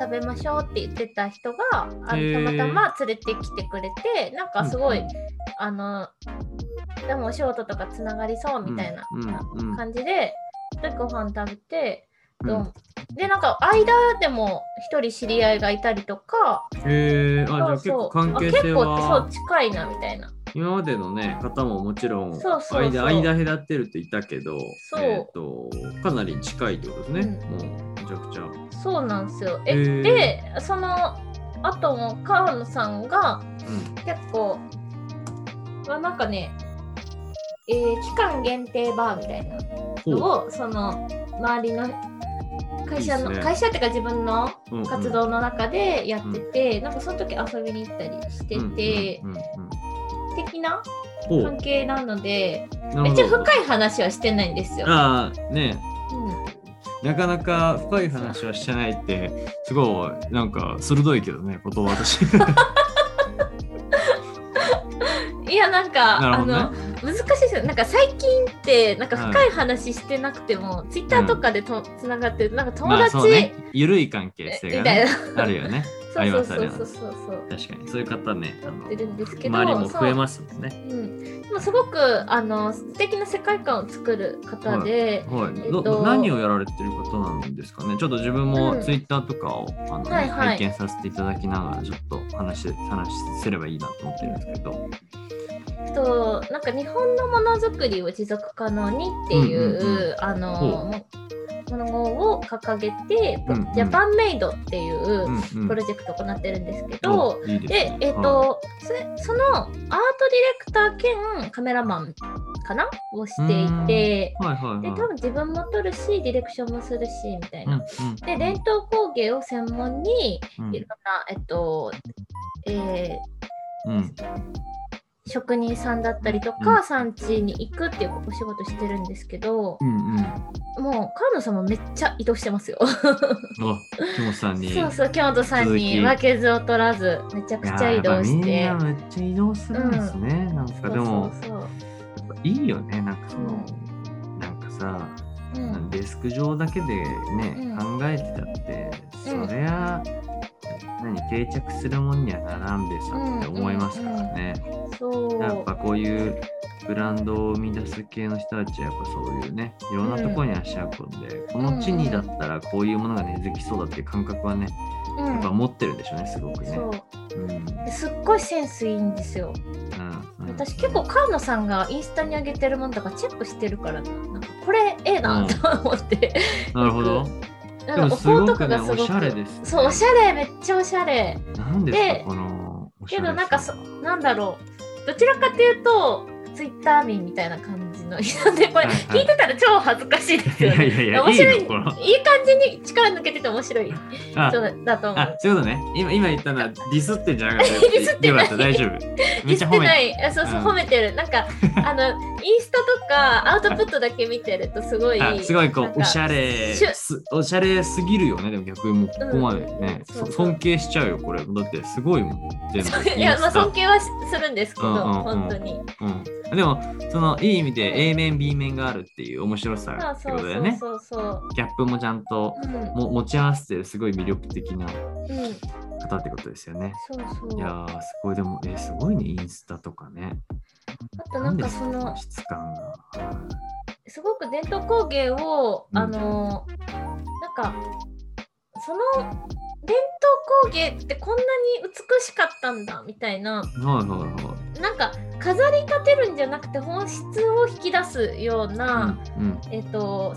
Speaker 2: 食べましょうって言ってた人が、あ
Speaker 1: へ
Speaker 2: の
Speaker 1: ー
Speaker 2: たまたま連れてきてくれてなんかすごい、
Speaker 1: うん
Speaker 2: あのでもお仕事とかつながりそうみたいな
Speaker 1: うんうん
Speaker 2: 感じで、でご飯食べて、
Speaker 1: う
Speaker 2: ど
Speaker 1: ん
Speaker 2: うでなんか間でも一人知り合いがいたりとか
Speaker 1: へえあじゃあ結
Speaker 2: そうそ
Speaker 1: 構
Speaker 2: う
Speaker 1: 関係性
Speaker 2: あ
Speaker 1: は
Speaker 2: 結構そう近いなみたいな
Speaker 1: 今までのね方ももちろん
Speaker 2: そうそうそう
Speaker 1: 間間隔てるっていたけど
Speaker 2: そう
Speaker 1: えー、とかなり近いってことですね、もうめちゃくちゃ
Speaker 2: そうなんですよえ
Speaker 1: へー
Speaker 2: でそのあとも川野さんが結構、まあ、なんかね、えー期間限定バーみたいな
Speaker 1: うん
Speaker 2: の
Speaker 1: ほ
Speaker 2: をその周りの会社の
Speaker 1: いいっすね
Speaker 2: 会社っていうか自分の
Speaker 1: ううんうん
Speaker 2: 活動の中でやってて、なんかその時遊びに行ったりしてて、
Speaker 1: うんうん
Speaker 2: 的な
Speaker 1: うんうん
Speaker 2: 関係なので
Speaker 1: ほう
Speaker 2: めっちゃ深
Speaker 1: い
Speaker 2: い話はしてないんですよ。
Speaker 1: ああね
Speaker 2: うん
Speaker 1: なかなか深い話はしてないってすごいなんか鋭いけどねことわ 私
Speaker 2: いやなんか、
Speaker 1: なる
Speaker 2: あ
Speaker 1: ほどね
Speaker 2: の難しいですよなんか最近ってなんか深い話してなくても、ツイッターとかでとつながってるなんか友
Speaker 1: まあ
Speaker 2: 達、
Speaker 1: そうね緩い関係性
Speaker 2: み
Speaker 1: が、
Speaker 2: たい
Speaker 1: ね
Speaker 2: な、。
Speaker 1: あるよねあり
Speaker 2: そ
Speaker 1: ま
Speaker 2: う
Speaker 1: す
Speaker 2: そ
Speaker 1: あ
Speaker 2: う
Speaker 1: り
Speaker 2: そう
Speaker 1: ま
Speaker 2: そ
Speaker 1: す
Speaker 2: うそう。
Speaker 1: 確かにそういう方ねあの
Speaker 2: やってるんですけど
Speaker 1: 周りも増えますもんね
Speaker 2: うん、でもすごくあの素敵な世界観を作る方で、
Speaker 1: はい、
Speaker 2: えっと
Speaker 1: ど何をやられてる方なんですかねちょっと自分
Speaker 2: う
Speaker 1: も
Speaker 2: ん
Speaker 1: ツイッターとかを、あのね
Speaker 2: はいはい
Speaker 1: 拝見させていただきながらちょっと話し話せればいいなと思ってるんですけど、
Speaker 2: となんか日本のものづくりを持続可能にっていう,、
Speaker 1: うんうん
Speaker 2: あの
Speaker 1: ほ
Speaker 2: も物語を掲げて、
Speaker 1: うんうん
Speaker 2: ジャパンメイドっていううん
Speaker 1: うん
Speaker 2: プロジェクトを行ってるんですけど、
Speaker 1: おいいです
Speaker 2: で
Speaker 1: ね
Speaker 2: えっ、
Speaker 1: は
Speaker 2: と、そそのアートディレクター兼カメラマンかなをしていて、
Speaker 1: い、はいはい
Speaker 2: で
Speaker 1: はい
Speaker 2: 多分自分も撮るしディレクションもするしみたいな。で伝
Speaker 1: う
Speaker 2: 統工芸を専門に
Speaker 1: んうん
Speaker 2: いろんな、えっとえ
Speaker 1: うんうん
Speaker 2: ー職人さんだったりと
Speaker 1: うんう
Speaker 2: か産地に行くっていうお仕事してるんですけど
Speaker 1: うんうん
Speaker 2: もう川野さんもめっちゃ移動してますよ。
Speaker 1: あ木本さんに
Speaker 2: そうそう京本さんに
Speaker 1: 続き
Speaker 2: 負けず劣らずめちゃくちゃ移動し
Speaker 1: い
Speaker 2: て
Speaker 1: やーやっぱ。みんなめっちゃ移動するんですね、なんかでも
Speaker 2: そうそう
Speaker 1: やっぱいいよねなんかその、なんかさ
Speaker 2: そううん
Speaker 1: デスク上だけでね、
Speaker 2: う
Speaker 1: 考えてたって
Speaker 2: うん
Speaker 1: そりゃ、何定着するもんにはならんでさって思いますからね、
Speaker 2: そう
Speaker 1: やっぱこういうブランドを生み出す系の人たちはやっぱそういうねいろんなところに足を運んで、この地にだったらこういうものが根付きそうだっていう感覚はね、
Speaker 2: うん
Speaker 1: やっぱ持ってるでしょうねすごくね。
Speaker 2: そう
Speaker 1: うんうん
Speaker 2: ですっごいセンスいいんですよ。
Speaker 1: うん
Speaker 2: 私結構菅野さんがインスタに上げてるものとかチェックしてるからななんかこれええなと思って、
Speaker 1: なるほど。で
Speaker 2: なん
Speaker 1: も
Speaker 2: か
Speaker 1: すご
Speaker 2: お香と
Speaker 1: く
Speaker 2: か
Speaker 1: ね
Speaker 2: がす
Speaker 1: お
Speaker 2: ごく
Speaker 1: しゃれです、ね。
Speaker 2: そうおしゃれめっちゃおしゃれ
Speaker 1: なんです
Speaker 2: で
Speaker 1: かこのおしゃ
Speaker 2: け
Speaker 1: れ
Speaker 2: ど
Speaker 1: さ
Speaker 2: なんかそなんだろうどちらかというとツイッター民みたいな感じのなんでこ
Speaker 1: は
Speaker 2: れ、
Speaker 1: いはい
Speaker 2: 聞いてたら超恥ずかしいです
Speaker 1: い
Speaker 2: よ
Speaker 1: や
Speaker 2: ね。
Speaker 1: いやいや、
Speaker 2: 面白い
Speaker 1: いいのこの。
Speaker 2: いい感じに力抜けてて面白い
Speaker 1: あ
Speaker 2: 人だだと思
Speaker 1: あ
Speaker 2: う。、
Speaker 1: そういうことね。今、今言ったのはディスってんじゃなかったよ。
Speaker 2: ディスってない
Speaker 1: よかった、大丈 夫。め
Speaker 2: 言
Speaker 1: っ
Speaker 2: っ
Speaker 1: ち
Speaker 2: て
Speaker 1: ゃ褒め
Speaker 2: な
Speaker 1: て。
Speaker 2: い、あそうそう
Speaker 1: うん
Speaker 2: 褒めてる。な んかあのインスタとかアウトプットだけ見てるとすごい
Speaker 1: あ、すごいこ
Speaker 2: なん
Speaker 1: う、
Speaker 2: か
Speaker 1: おしゃれ
Speaker 2: シュ、
Speaker 1: すおしゃれすぎるよね。でも逆にもうここまでね、
Speaker 2: うんそうそう
Speaker 1: そ尊敬しちゃうよ、これ。だってすごいもん。全部。
Speaker 2: いやまあ
Speaker 1: インスタ
Speaker 2: 尊敬はしするんですけど、
Speaker 1: うんうんうん
Speaker 2: 本当に。
Speaker 1: うん、でもそのいい意味で A 面 B 面があるっていう面白さ
Speaker 2: まあ
Speaker 1: って
Speaker 2: そ
Speaker 1: こ
Speaker 2: う
Speaker 1: とだ
Speaker 2: そ
Speaker 1: よ
Speaker 2: う
Speaker 1: ね。
Speaker 2: そうそう。
Speaker 1: ギャップもちゃんと
Speaker 2: うん、うん、
Speaker 1: も持ち合わせてるすごい魅力的な
Speaker 2: そう
Speaker 1: 方ってことですよね。
Speaker 2: そ
Speaker 1: い
Speaker 2: う。
Speaker 1: やーすごいでも、えーすごいねインスタとかね。
Speaker 2: あとなんかそ
Speaker 1: なんで
Speaker 2: の
Speaker 1: の質感が。
Speaker 2: すごく伝統工芸を、
Speaker 1: うん
Speaker 2: あのなんかその伝統工芸ってこんなに美しかったんだみたいな
Speaker 1: はいはいはい。
Speaker 2: なんか飾り立てるんじゃなくて本質を引き出すような、
Speaker 1: うん
Speaker 2: えっと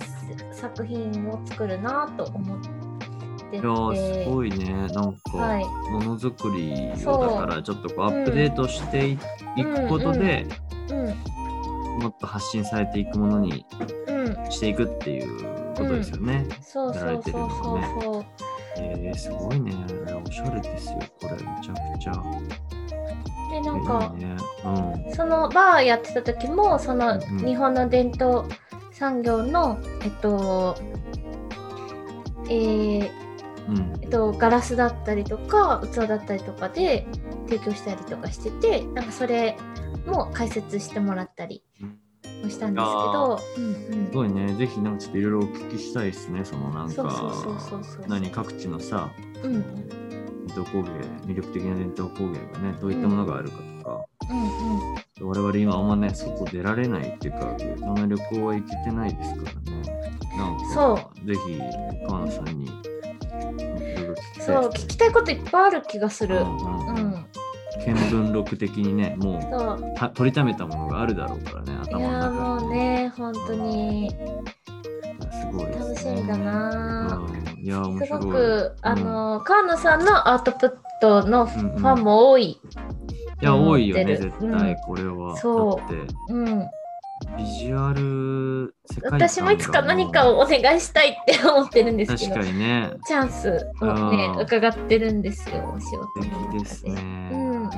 Speaker 2: す作品を作るなと思って
Speaker 1: う
Speaker 2: て。
Speaker 1: ん、いやーすごいねなんか、
Speaker 2: はい、
Speaker 1: ものづくり
Speaker 2: そう
Speaker 1: をだからちょっとこうアップデートしてい,、くことで、
Speaker 2: うん
Speaker 1: もっと発信されていくものに
Speaker 2: うん、
Speaker 1: していくっていうことですよね。
Speaker 2: そう
Speaker 1: や
Speaker 2: そ
Speaker 1: られ
Speaker 2: う
Speaker 1: て
Speaker 2: そう
Speaker 1: るの
Speaker 2: そう
Speaker 1: ね
Speaker 2: そう、
Speaker 1: えー、すごいね。いやおしゃれですよ。これ、めちゃくちゃ。
Speaker 2: でなんか、
Speaker 1: いいね。うん。
Speaker 2: そのバーやってた時もその
Speaker 1: うんうん
Speaker 2: 日本の伝統産業の、えっとえー
Speaker 1: うん。
Speaker 2: えっと、ガラスだったりとか器だったりとかで提供したりとかしててなんかそれも解説してもらったりもしたんですけど、うん
Speaker 1: すごいね。ぜひ、なんかちょっといろいろお聞きしたいですね。そのなん
Speaker 2: そうそうそうそ
Speaker 1: か
Speaker 2: うそう、
Speaker 1: 何、各地のさ、
Speaker 2: うんうんうん
Speaker 1: 伝統工芸、魅力的な伝統工芸がね、どういったものがあるかとか。我々今あんまね、外出られないっていうか、いろんな旅行は行けてないですからね。なんか、
Speaker 2: そ
Speaker 1: ぜひ、川野さんに、いろいろ聞きたいですね
Speaker 2: そう聞きたいこといっぱいある気がする。
Speaker 1: うん
Speaker 2: う
Speaker 1: うんうん
Speaker 2: ん、
Speaker 1: 見聞録的にね、もう、
Speaker 2: そう
Speaker 1: た取りためたものがあるだろうからね、
Speaker 2: い
Speaker 1: 頭
Speaker 2: やー
Speaker 1: の
Speaker 2: も
Speaker 1: 中に
Speaker 2: う
Speaker 1: ね。
Speaker 2: ね本当に
Speaker 1: すごいです、ね。
Speaker 2: 楽しみだなー。
Speaker 1: うん、いやー、面
Speaker 2: すご
Speaker 1: 白い。
Speaker 2: く、あの川野さんのアウトプットのフ
Speaker 1: うんうん
Speaker 2: ァンも多い。
Speaker 1: いや、多いよね、
Speaker 2: 思ってる
Speaker 1: 絶
Speaker 2: うん
Speaker 1: 対、これは。
Speaker 2: そう
Speaker 1: だって、
Speaker 2: うん
Speaker 1: ビジュアル世界観が
Speaker 2: 私もいつか何かをお願いしたいって思ってるんですけ
Speaker 1: 確
Speaker 2: ど
Speaker 1: か、にね、
Speaker 2: チャンスをね
Speaker 1: あー
Speaker 2: 伺ってるんですよ、お仕事
Speaker 1: 素
Speaker 2: の中
Speaker 1: 敵ですね。
Speaker 2: うん
Speaker 1: いいです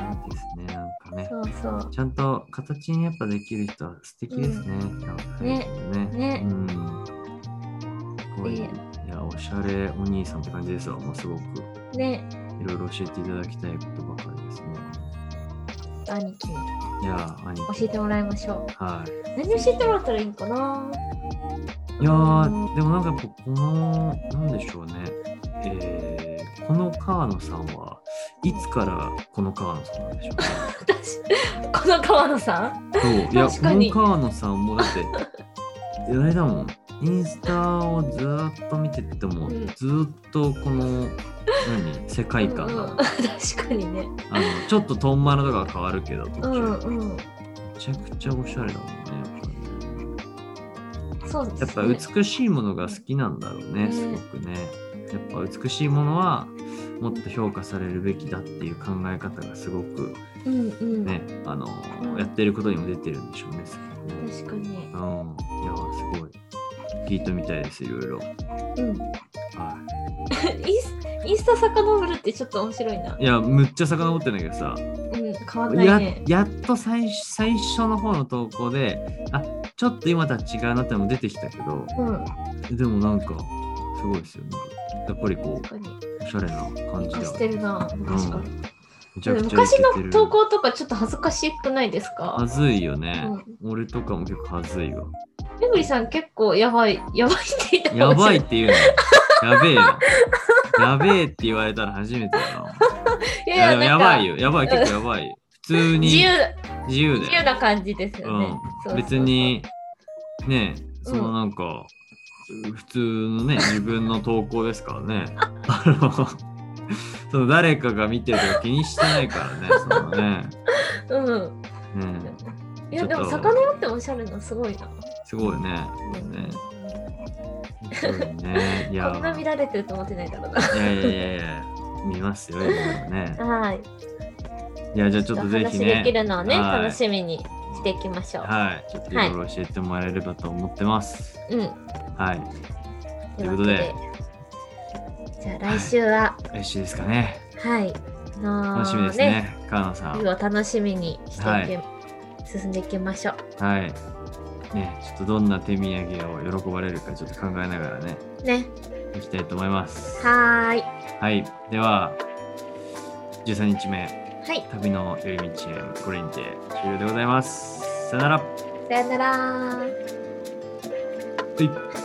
Speaker 1: ね、なんかね。
Speaker 2: そうそう。
Speaker 1: ちゃんと形にやっぱできる人は素敵ですね。なんか
Speaker 2: ね
Speaker 1: ね。
Speaker 2: ね
Speaker 1: うん。すごい。い
Speaker 2: ね
Speaker 1: や、おしゃれお兄さんって感じですわ、もうすごく。
Speaker 2: ね、
Speaker 1: いろいろ教えていただきたいことばかりですね。
Speaker 2: 兄貴に
Speaker 1: いやー、兄
Speaker 2: 教えてもらいましょ
Speaker 1: は
Speaker 2: う。何教えてもらったらいいんかな。
Speaker 1: い。いやー、でもなんかやっぱこの、なんでしょうね。えー、この川野さんはいつからこの川野さんなんでしょうか
Speaker 2: 私、 この川野さん。
Speaker 1: そういや
Speaker 2: 確かに
Speaker 1: この川野さんもだってあれだもんインスタをずーっと見てても、
Speaker 2: うん
Speaker 1: ずーっとこの何世界観が、
Speaker 2: うん うん確かにね。
Speaker 1: あのちょっとトンマラとかは変わるけど途
Speaker 2: う
Speaker 1: 中
Speaker 2: んうん。
Speaker 1: めちゃくちゃおしゃれだもんねこれね
Speaker 2: そうです、ね。
Speaker 1: やっぱ美しいものが好きなんだろうね、
Speaker 2: うん
Speaker 1: すごくね。やっぱ美しいものはもっと評価されるべきだっていう考え方がすごく
Speaker 2: うんうん。
Speaker 1: ね、あの
Speaker 2: うん
Speaker 1: やってることにも出てるんでしょうね、すごくね。
Speaker 2: 確かに。
Speaker 1: うん、いやすごい。聞いてみたいです、いろいろ。
Speaker 2: うん。
Speaker 1: は
Speaker 2: インスインスタ遡るってちょっと面白い
Speaker 1: い、
Speaker 2: な。
Speaker 1: いや、むっちゃ遡ってんだけどさ、
Speaker 2: うん、変わんない
Speaker 1: や
Speaker 2: ね。
Speaker 1: やっと最最初の方の投稿で、あちょっと今とは違うなってのも出てきたけど、
Speaker 2: うん、
Speaker 1: でもなんか、すごいですよ、ね。やっぱりこ
Speaker 2: 確かに。
Speaker 1: う、おしゃれな感じ
Speaker 2: 化
Speaker 1: だ。
Speaker 2: してるな。確かに。
Speaker 1: めち
Speaker 2: で
Speaker 1: ゃ
Speaker 2: も
Speaker 1: くちゃイケ
Speaker 2: 昔
Speaker 1: てる
Speaker 2: の投稿とかちょっと恥ずかしくないですか
Speaker 1: はずいよね、俺とかも結構はずいわ。
Speaker 2: めぐりさん結構やばい、やばいって言ったか
Speaker 1: や
Speaker 2: もし
Speaker 1: ばい
Speaker 2: れ
Speaker 1: っ
Speaker 2: な
Speaker 1: て言うの。やべえな。やべえって言われたら初めてだな。
Speaker 2: い。
Speaker 1: いやでもやばい
Speaker 2: よ。
Speaker 1: よ。やばい、結構やばいよ。普通に
Speaker 2: 自由、
Speaker 1: 自由
Speaker 2: 自由
Speaker 1: で。
Speaker 2: な感じですよね。そうそうそう
Speaker 1: 別。に、ねえ、そのなんか、普通の ね、自分の投稿ですからね。 あの、その誰かが見てるとか気にしてないから ね、そのね。
Speaker 2: うん。
Speaker 1: ね
Speaker 2: いや、でも
Speaker 1: ちょっと
Speaker 2: 遡っておしゃれなのすごいな。
Speaker 1: えすごいね。ねすごい ね。いや
Speaker 2: こんな見られてると思ってないだろう
Speaker 1: いやいやいやいや、見ますよ、今のね。
Speaker 2: な。はい。
Speaker 1: いや、じゃあちょっとぜひ
Speaker 2: お話でき
Speaker 1: ね。
Speaker 2: るのをね、
Speaker 1: はい
Speaker 2: 楽しみにししていきましょう。
Speaker 1: はい、ちょっといろいろ教えてもらえればと思ってます。
Speaker 2: うん。
Speaker 1: はい、ということで
Speaker 2: じゃあ来週は、
Speaker 1: 来週ですかね。
Speaker 2: はい。あのー
Speaker 1: 楽しみですね、カーナさ
Speaker 2: 冬
Speaker 1: ん。
Speaker 2: を楽しみにしていけ、進んでいきましょう。
Speaker 1: はい。ね、ちょっとどんな手土産を喜ばれるかちょっと考えながらね、
Speaker 2: ね。
Speaker 1: いきたいと思います。
Speaker 2: はーい。
Speaker 1: はい、では、13日目、
Speaker 2: はい。
Speaker 1: 旅の寄り道へ、これにて終了でございます。さよなら。
Speaker 2: さよなら
Speaker 1: い
Speaker 2: はい